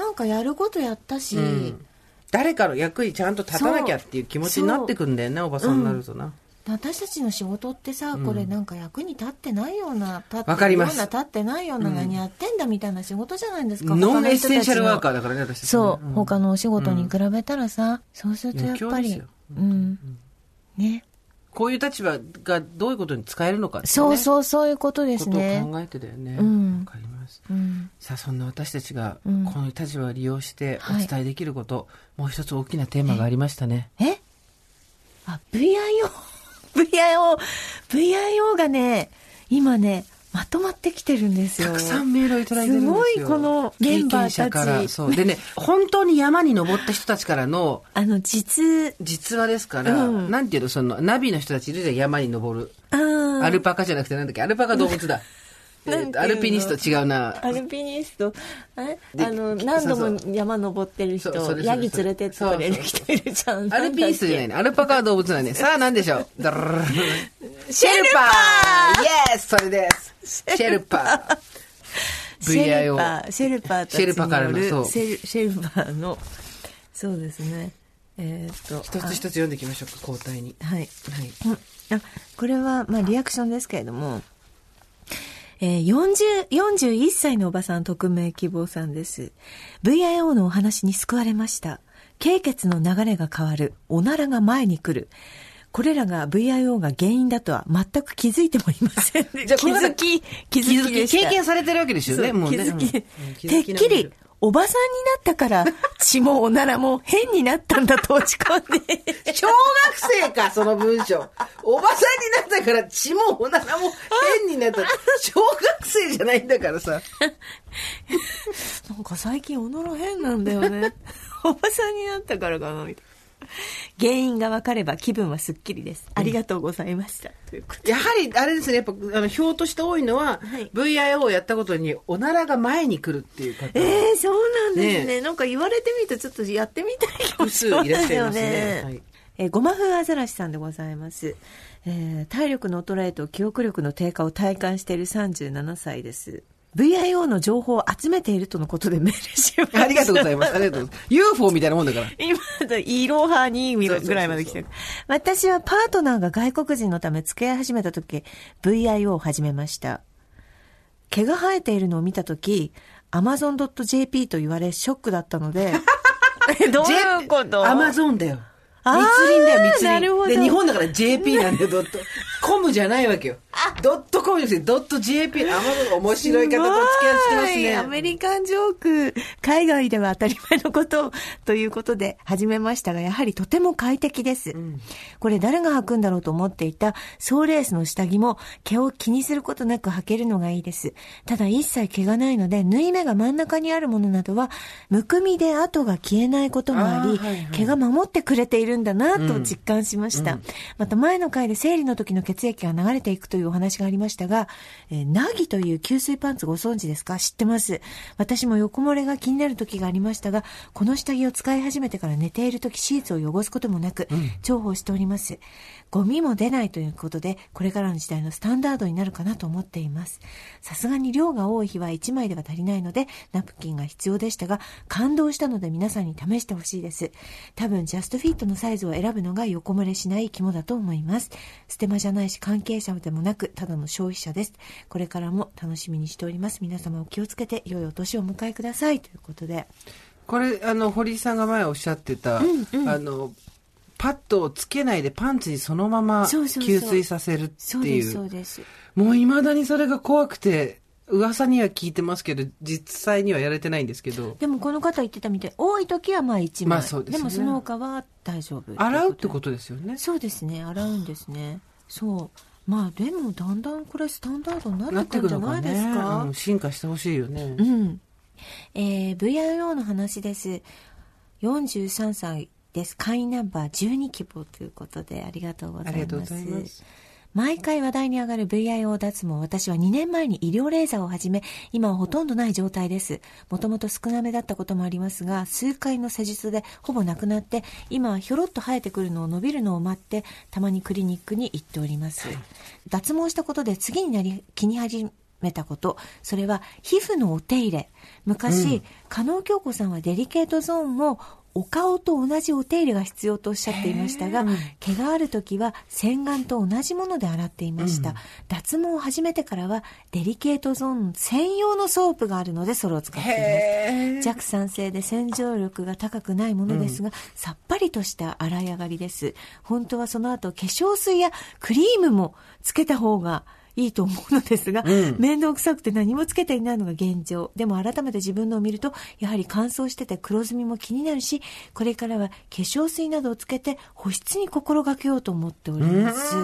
Speaker 3: なんかやることやったし、
Speaker 2: うん誰かの役にちゃんと立たなきゃっていう気持ちになってくんだよねおばさんになるとな、
Speaker 3: 私たちの仕事ってさ、
Speaker 2: うん
Speaker 3: これなんか役に立ってないような立って
Speaker 2: わかり
Speaker 3: るよう
Speaker 2: ます
Speaker 3: な立ってないような、
Speaker 2: うん
Speaker 3: 何やってんだみたいな仕事じゃないですか
Speaker 2: ノンエッセンシャルワーカ
Speaker 3: ー
Speaker 2: ーだからね私たちね
Speaker 3: そう、
Speaker 2: ん
Speaker 3: 他のお仕事に比べたらさそうするとやっぱ
Speaker 2: 余興です
Speaker 3: り
Speaker 2: よ
Speaker 3: うんね
Speaker 2: こういう立場がどういうことに使えるのかって、ね、
Speaker 3: そう
Speaker 2: う
Speaker 3: そうそういうことです
Speaker 2: こ
Speaker 3: ね
Speaker 2: とを考えてだよねわ、
Speaker 3: うん
Speaker 2: かります
Speaker 3: うん
Speaker 2: さあそんな私たちがこ
Speaker 3: うん
Speaker 2: の立場を利用して
Speaker 3: はい
Speaker 2: お伝えできること、もう一つ大きなテーマがありましたね
Speaker 3: えあ VIO VIO VIO がね今ねまとまってきてるんですよ
Speaker 2: たくさんメールをいただいてるんですよ
Speaker 3: すごいこのメンバーたち
Speaker 2: 経験者からそうでね本当に山に登った人たちからの
Speaker 3: あの実
Speaker 2: 実話ですから、
Speaker 3: うん
Speaker 2: なんていうのそのナビの人たちいるじゃん山に登る、
Speaker 3: うん
Speaker 2: アルパカじゃなくてなんだっけアルパカ動物だ、え
Speaker 3: なんていう
Speaker 2: ーと
Speaker 3: の
Speaker 2: アルピニスト違うな
Speaker 3: アルピニストあれ
Speaker 2: で
Speaker 3: あの
Speaker 2: そうそう
Speaker 3: 何度も山登ってる人
Speaker 2: そうそれそれ
Speaker 3: ヤギ連れてってくれる
Speaker 2: そ
Speaker 3: 人いるじゃん
Speaker 2: アルピニストじゃない
Speaker 3: の
Speaker 2: ねアルパカは動物なんねさあ何で しょうダルルルルシェルパーイエスそれですシェルパー
Speaker 3: シェル
Speaker 2: VIO
Speaker 3: パーシェルパーたちによる
Speaker 2: シェルパーからのそう
Speaker 3: シェルシェルパーのそうですねえーっと
Speaker 2: 一つ一つ読んでいきましょうか交代に
Speaker 3: あはい
Speaker 2: はい
Speaker 3: うんあこれは、まあ、リアクションですけれども、えー、40 41歳のおばさん匿名希望さんです。VIO のお話に救われました。経血の流れが変わる。おならが前に来る。これらが VIO が原因だとは全く気づいてもいませんで。
Speaker 2: じゃあこ
Speaker 3: 気
Speaker 2: れが
Speaker 3: づき、気
Speaker 2: 気
Speaker 3: づ
Speaker 2: づ
Speaker 3: き
Speaker 2: き
Speaker 3: でした。
Speaker 2: 経験されてるわけですよね
Speaker 3: そう
Speaker 2: もうね
Speaker 3: 気づき
Speaker 2: うん気
Speaker 3: て
Speaker 2: づ
Speaker 3: っ
Speaker 2: きの
Speaker 3: きりおばさんになったから 血もおならも変になったんだと落ち込んで
Speaker 2: 小学生か、その文章。おばさんになったから、血もおならも変になった。小学生じゃないんだからさ。
Speaker 3: なんか最近おなら変なんだよね。 おばさんになったからかな、みたいな。原因が分かれば気分はすっきりです。ありがとうございました。ということ
Speaker 2: やはり、あれですね、やっぱ、あの、表として多いの
Speaker 3: は
Speaker 2: は、
Speaker 3: い
Speaker 2: VIO をやったことに、おならが前に来るっていう方。
Speaker 3: ええそうなんですね
Speaker 2: ね
Speaker 3: なんか言われてみるとちょっとやってみたいかも
Speaker 2: 複
Speaker 3: し
Speaker 2: 数
Speaker 3: れない
Speaker 2: いらっしゃい
Speaker 3: よ
Speaker 2: ますね。は
Speaker 3: ね
Speaker 2: い。
Speaker 3: えー、ごま風アザラシさんでございます、えー体力の衰えと記憶力の低下を体感している37歳です VIO の情報を集めているとのことでメールしました
Speaker 2: ありがとうございます。ありがとうございます。UFO みたいなもんだから。
Speaker 3: 今だ、イロハにぐ
Speaker 2: そうそうそうそう
Speaker 3: らいまで来てる。私はパートナーが外国人のため付き合い始めた時、VIO を始めました。毛が生えているのを見た時、amazon.jp と言われショックだったの で、えどういうこと
Speaker 2: アマゾンだよ。
Speaker 3: あー
Speaker 2: 密林だよ、密林。
Speaker 3: なるほど
Speaker 2: で、日本だから JP なんだよ、ドット。コムじゃないわけよ。ドットコムじゃなくて、ドット JP。アマゾン面白い方とお付き合いしてます
Speaker 3: ご
Speaker 2: ね。
Speaker 3: いアメリカンジョーク、海外では当たり前のことということで始めましたが、やはりとても快適です。これ誰が履くんだろうと思っていたソーレースの下着も毛を気にすることなく履けるのがいいです。ただ一切毛がないので、縫い目が真ん中にあるものなどは、むくみで跡が消えないこともあり、
Speaker 2: あーはいはい
Speaker 3: 毛が守ってくれているんだなと実感しました。また前の回で生理の時の血液が流れていくというお話がありましたが、えーナギという吸水パンツご存知ですか知ってます。私も横漏れが気になる時がありましたが、この下着を使い始めてから寝ている時シーツを汚すこともなく、重宝しております。ゴミも出ないということで、これからの時代のスタンダードになるかなと思っています。さすがに量が多い日は1枚では足りないので、ナプキンが必要でしたが、感動したので皆さんに試してほしいです。多分、ジャストフィットのサイズを選ぶのが横漏れしない肝だと思います。ステマじゃないし、関係者でもなく、ただの消費者です。これからも楽しみにしております。皆様お気をつけて、良いお年をお迎えください。ということで。
Speaker 2: これあの堀井さんが前おっしゃってた、あのパッドをつけないでパンツにそのまま
Speaker 3: そうそうそう
Speaker 2: 吸水させるって
Speaker 3: そう
Speaker 2: い
Speaker 3: で
Speaker 2: う
Speaker 3: す、そうです。
Speaker 2: もういまだにそれが怖くて噂には聞いてますけど実際にはやれてないんですけど
Speaker 3: でもこの方言ってたみたい多い時はまあ1枚、
Speaker 2: まあそうですね
Speaker 3: もその他は大丈夫
Speaker 2: 洗うってことですよね
Speaker 3: そうですね洗うんですねそうまあでもだんだんこれスタンダードにな
Speaker 2: な
Speaker 3: っ
Speaker 2: って
Speaker 3: く
Speaker 2: て
Speaker 3: ん
Speaker 2: く
Speaker 3: じゃ
Speaker 2: の
Speaker 3: な
Speaker 2: か
Speaker 3: い
Speaker 2: ね
Speaker 3: ですか
Speaker 2: うん進化してほしいよね、
Speaker 3: うんえー、VIO の話です43歳です会員ナンバー12希望ということでありがとうございます
Speaker 2: ありがとうございます
Speaker 3: 毎回話題に上がる VIO 脱毛、私は2年前に医療レーザーを始め、今はほとんどない状態です。もともと少なめだったこともありますが、数回の施術でほぼなくなって、今はひょろっと生えてくるのを伸びるのを待って、たまにクリニックに行っております。脱毛したことで次になり、気に始め、めたことそれは皮膚のお手入れ昔、加納京子さんはデリケートゾーンをお顔と同じお手入れが必要とおっしゃっていましたが毛がある時は洗顔と同じもので洗っていました、脱毛を始めてからはデリケートゾーン専用のソープがあるのでそれを使っています弱酸性で洗浄力が高くないものですが、さっぱりとした洗い上がりです本当はその後化粧水やクリームもつけた方がいいと思うのですが、面倒くさくて何もつけていないのが現状。でも改めて自分のを見ると、やはり乾燥してて黒ずみも気になるし、これからは化粧水などをつけて保湿に心がけようと思っております。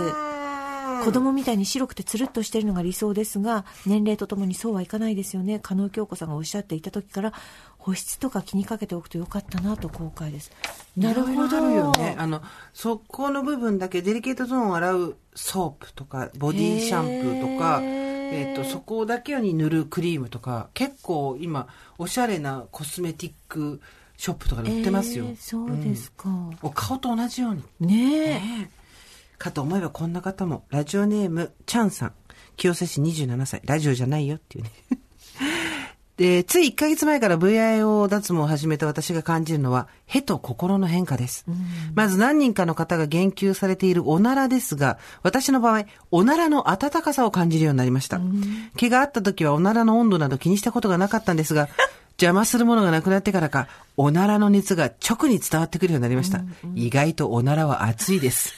Speaker 3: 子供みたいに白くてつるっとしてるのが理想ですが、年齢とともにそうはいかないですよね。加納京子さんがおっしゃっていた時から、保湿とか気にかけておくとよかったなと後悔です。なるほど。
Speaker 2: あるよね。あの、そこの部分だけ、デリケートゾーンを洗うソープとか、ボディシャンプーとか、
Speaker 3: へー
Speaker 2: えっと、そこだけに塗るクリームとか、結構今、おしゃれなコスメティックショップとかで売ってますよ。
Speaker 3: えーそうですか。
Speaker 2: お顔と同じように。
Speaker 3: ねえ。
Speaker 2: かと思えばこんな方も、ラジオネーム、チャンさん。清瀬市27歳。ラジオじゃないよっていうね。で、つい1ヶ月前から VIO 脱毛を始めた私が感じるのは、へと心の変化です。まず何人かの方が言及されているおならですが、私の場合、おならの温かさを感じるようになりました。毛があった時はおならの温度など気にしたことがなかったんです が、邪魔するものがなくなってからか、おならの熱が直に伝わってくるようになりました。意外とおならは熱いです。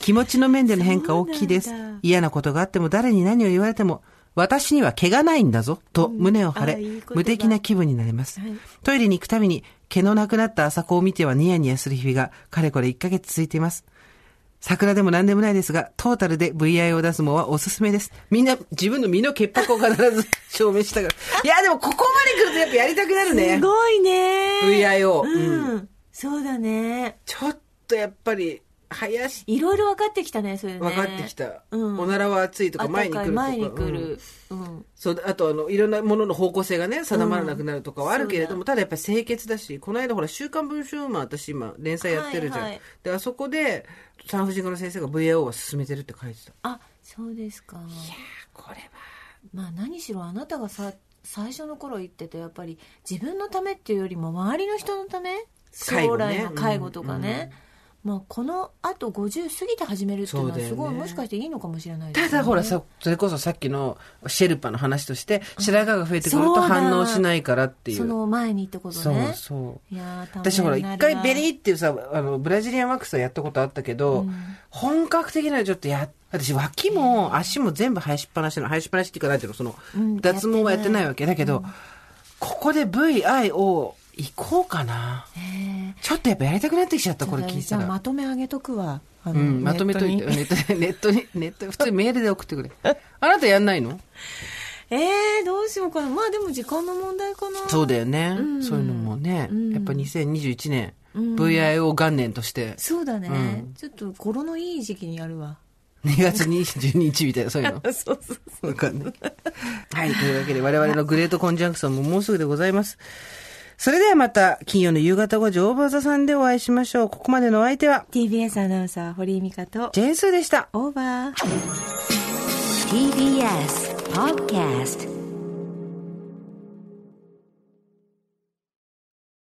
Speaker 2: 気持ちの面での変化大きいです
Speaker 3: そうなんだ。
Speaker 2: 嫌なことがあっても誰に何を言われても、私には毛がないんだぞ、と胸を張れ、
Speaker 3: あいいことだ
Speaker 2: 無敵な気分になります。トイレに行くたびに、毛のなくなった朝子を見てはニヤニヤする日々が、かれこれ1ヶ月続いています。桜でも何でもないですが、トータルで VI を出すもはおすすめです。みんな自分の身の潔白を必ず 証明したから。いや、でもここまで来るとやっぱやりたくなるね
Speaker 3: す。ごいね。
Speaker 2: VIO
Speaker 3: うん。そうだね。
Speaker 2: ちょっとやっぱり、林、
Speaker 3: いろいろ分かってきたね、それね。
Speaker 2: 分かってきた。
Speaker 3: うん。
Speaker 2: おならは熱いとか前に来るとか。
Speaker 3: あったかい前に来
Speaker 2: うん
Speaker 3: る。うん。
Speaker 2: そうあとあのいろんなものの方向性がね定まらなくなるとかはあるけれども、ただやっぱり清潔だしこの間ほら「週刊文春ウーマン」私今連載やってるじゃん、
Speaker 3: はいはい
Speaker 2: であそこで産婦人科の先生が VAO は進めてるって書いてた
Speaker 3: あ、そうですか。
Speaker 2: これは
Speaker 3: まあ何しろあなたがさ、最初の頃言ってたやっぱり自分のためっていうよりも周りの人のため
Speaker 2: 介護
Speaker 3: 将
Speaker 2: ね
Speaker 3: 来の介護とかね。まあこのあと50過ぎて始めるっていうの
Speaker 2: そう
Speaker 3: は
Speaker 2: だよね
Speaker 3: すごい、もしかしていいのかもしれないです
Speaker 2: た
Speaker 3: ね
Speaker 2: だほらさそれこそさっきのシェルパの話として白髪が増えてくる
Speaker 3: そ
Speaker 2: と
Speaker 3: うだ
Speaker 2: 反応しないからっていう
Speaker 3: その前にってこと
Speaker 2: そう
Speaker 3: ね。
Speaker 2: そう
Speaker 3: いやー
Speaker 2: 私ほら一回ベ
Speaker 3: ー
Speaker 2: リーっていうさあのブラジリアンワックスはやったことあったけど、本格的なのちょっとや私脇も足も全部生やしっぱなしなの生やしっぱなしっていうかなんていうのその、
Speaker 3: ん
Speaker 2: 脱毛はやってないわけだけど、ここで VI を行こうかなちょっとやっぱやりたくなってきちゃったこれ聞い
Speaker 3: じ
Speaker 2: た
Speaker 3: ゃあ
Speaker 2: ら
Speaker 3: まとめ上げとくわ。あ
Speaker 2: う
Speaker 3: の
Speaker 2: ん、まとめといて
Speaker 3: ネット
Speaker 2: ネ
Speaker 3: に
Speaker 2: ットでネットにネットに普通にメールで送 ってくれあなたやんないの
Speaker 3: えー、どうしようかな。まあでも時間の問題かな。
Speaker 2: そうだよね、そういうのもね、やっぱ2021年、VIO 元年として
Speaker 3: そうだね、
Speaker 2: うん
Speaker 3: ちょっと頃のいい時期にやるわ。
Speaker 2: 2月22日みたいな、 そういうの。
Speaker 3: そうそう。
Speaker 2: わかんない。はい、というわけで我々のグレートコンジャンクションももうすぐでございます。それではまた金曜の夕方5時オーバーザさんでお会いしましょう。ここまでのお相手は
Speaker 3: TBS アナウンサー、堀井美香と、
Speaker 2: ジェンスーでした。
Speaker 3: オーバー。
Speaker 6: TBS Podcast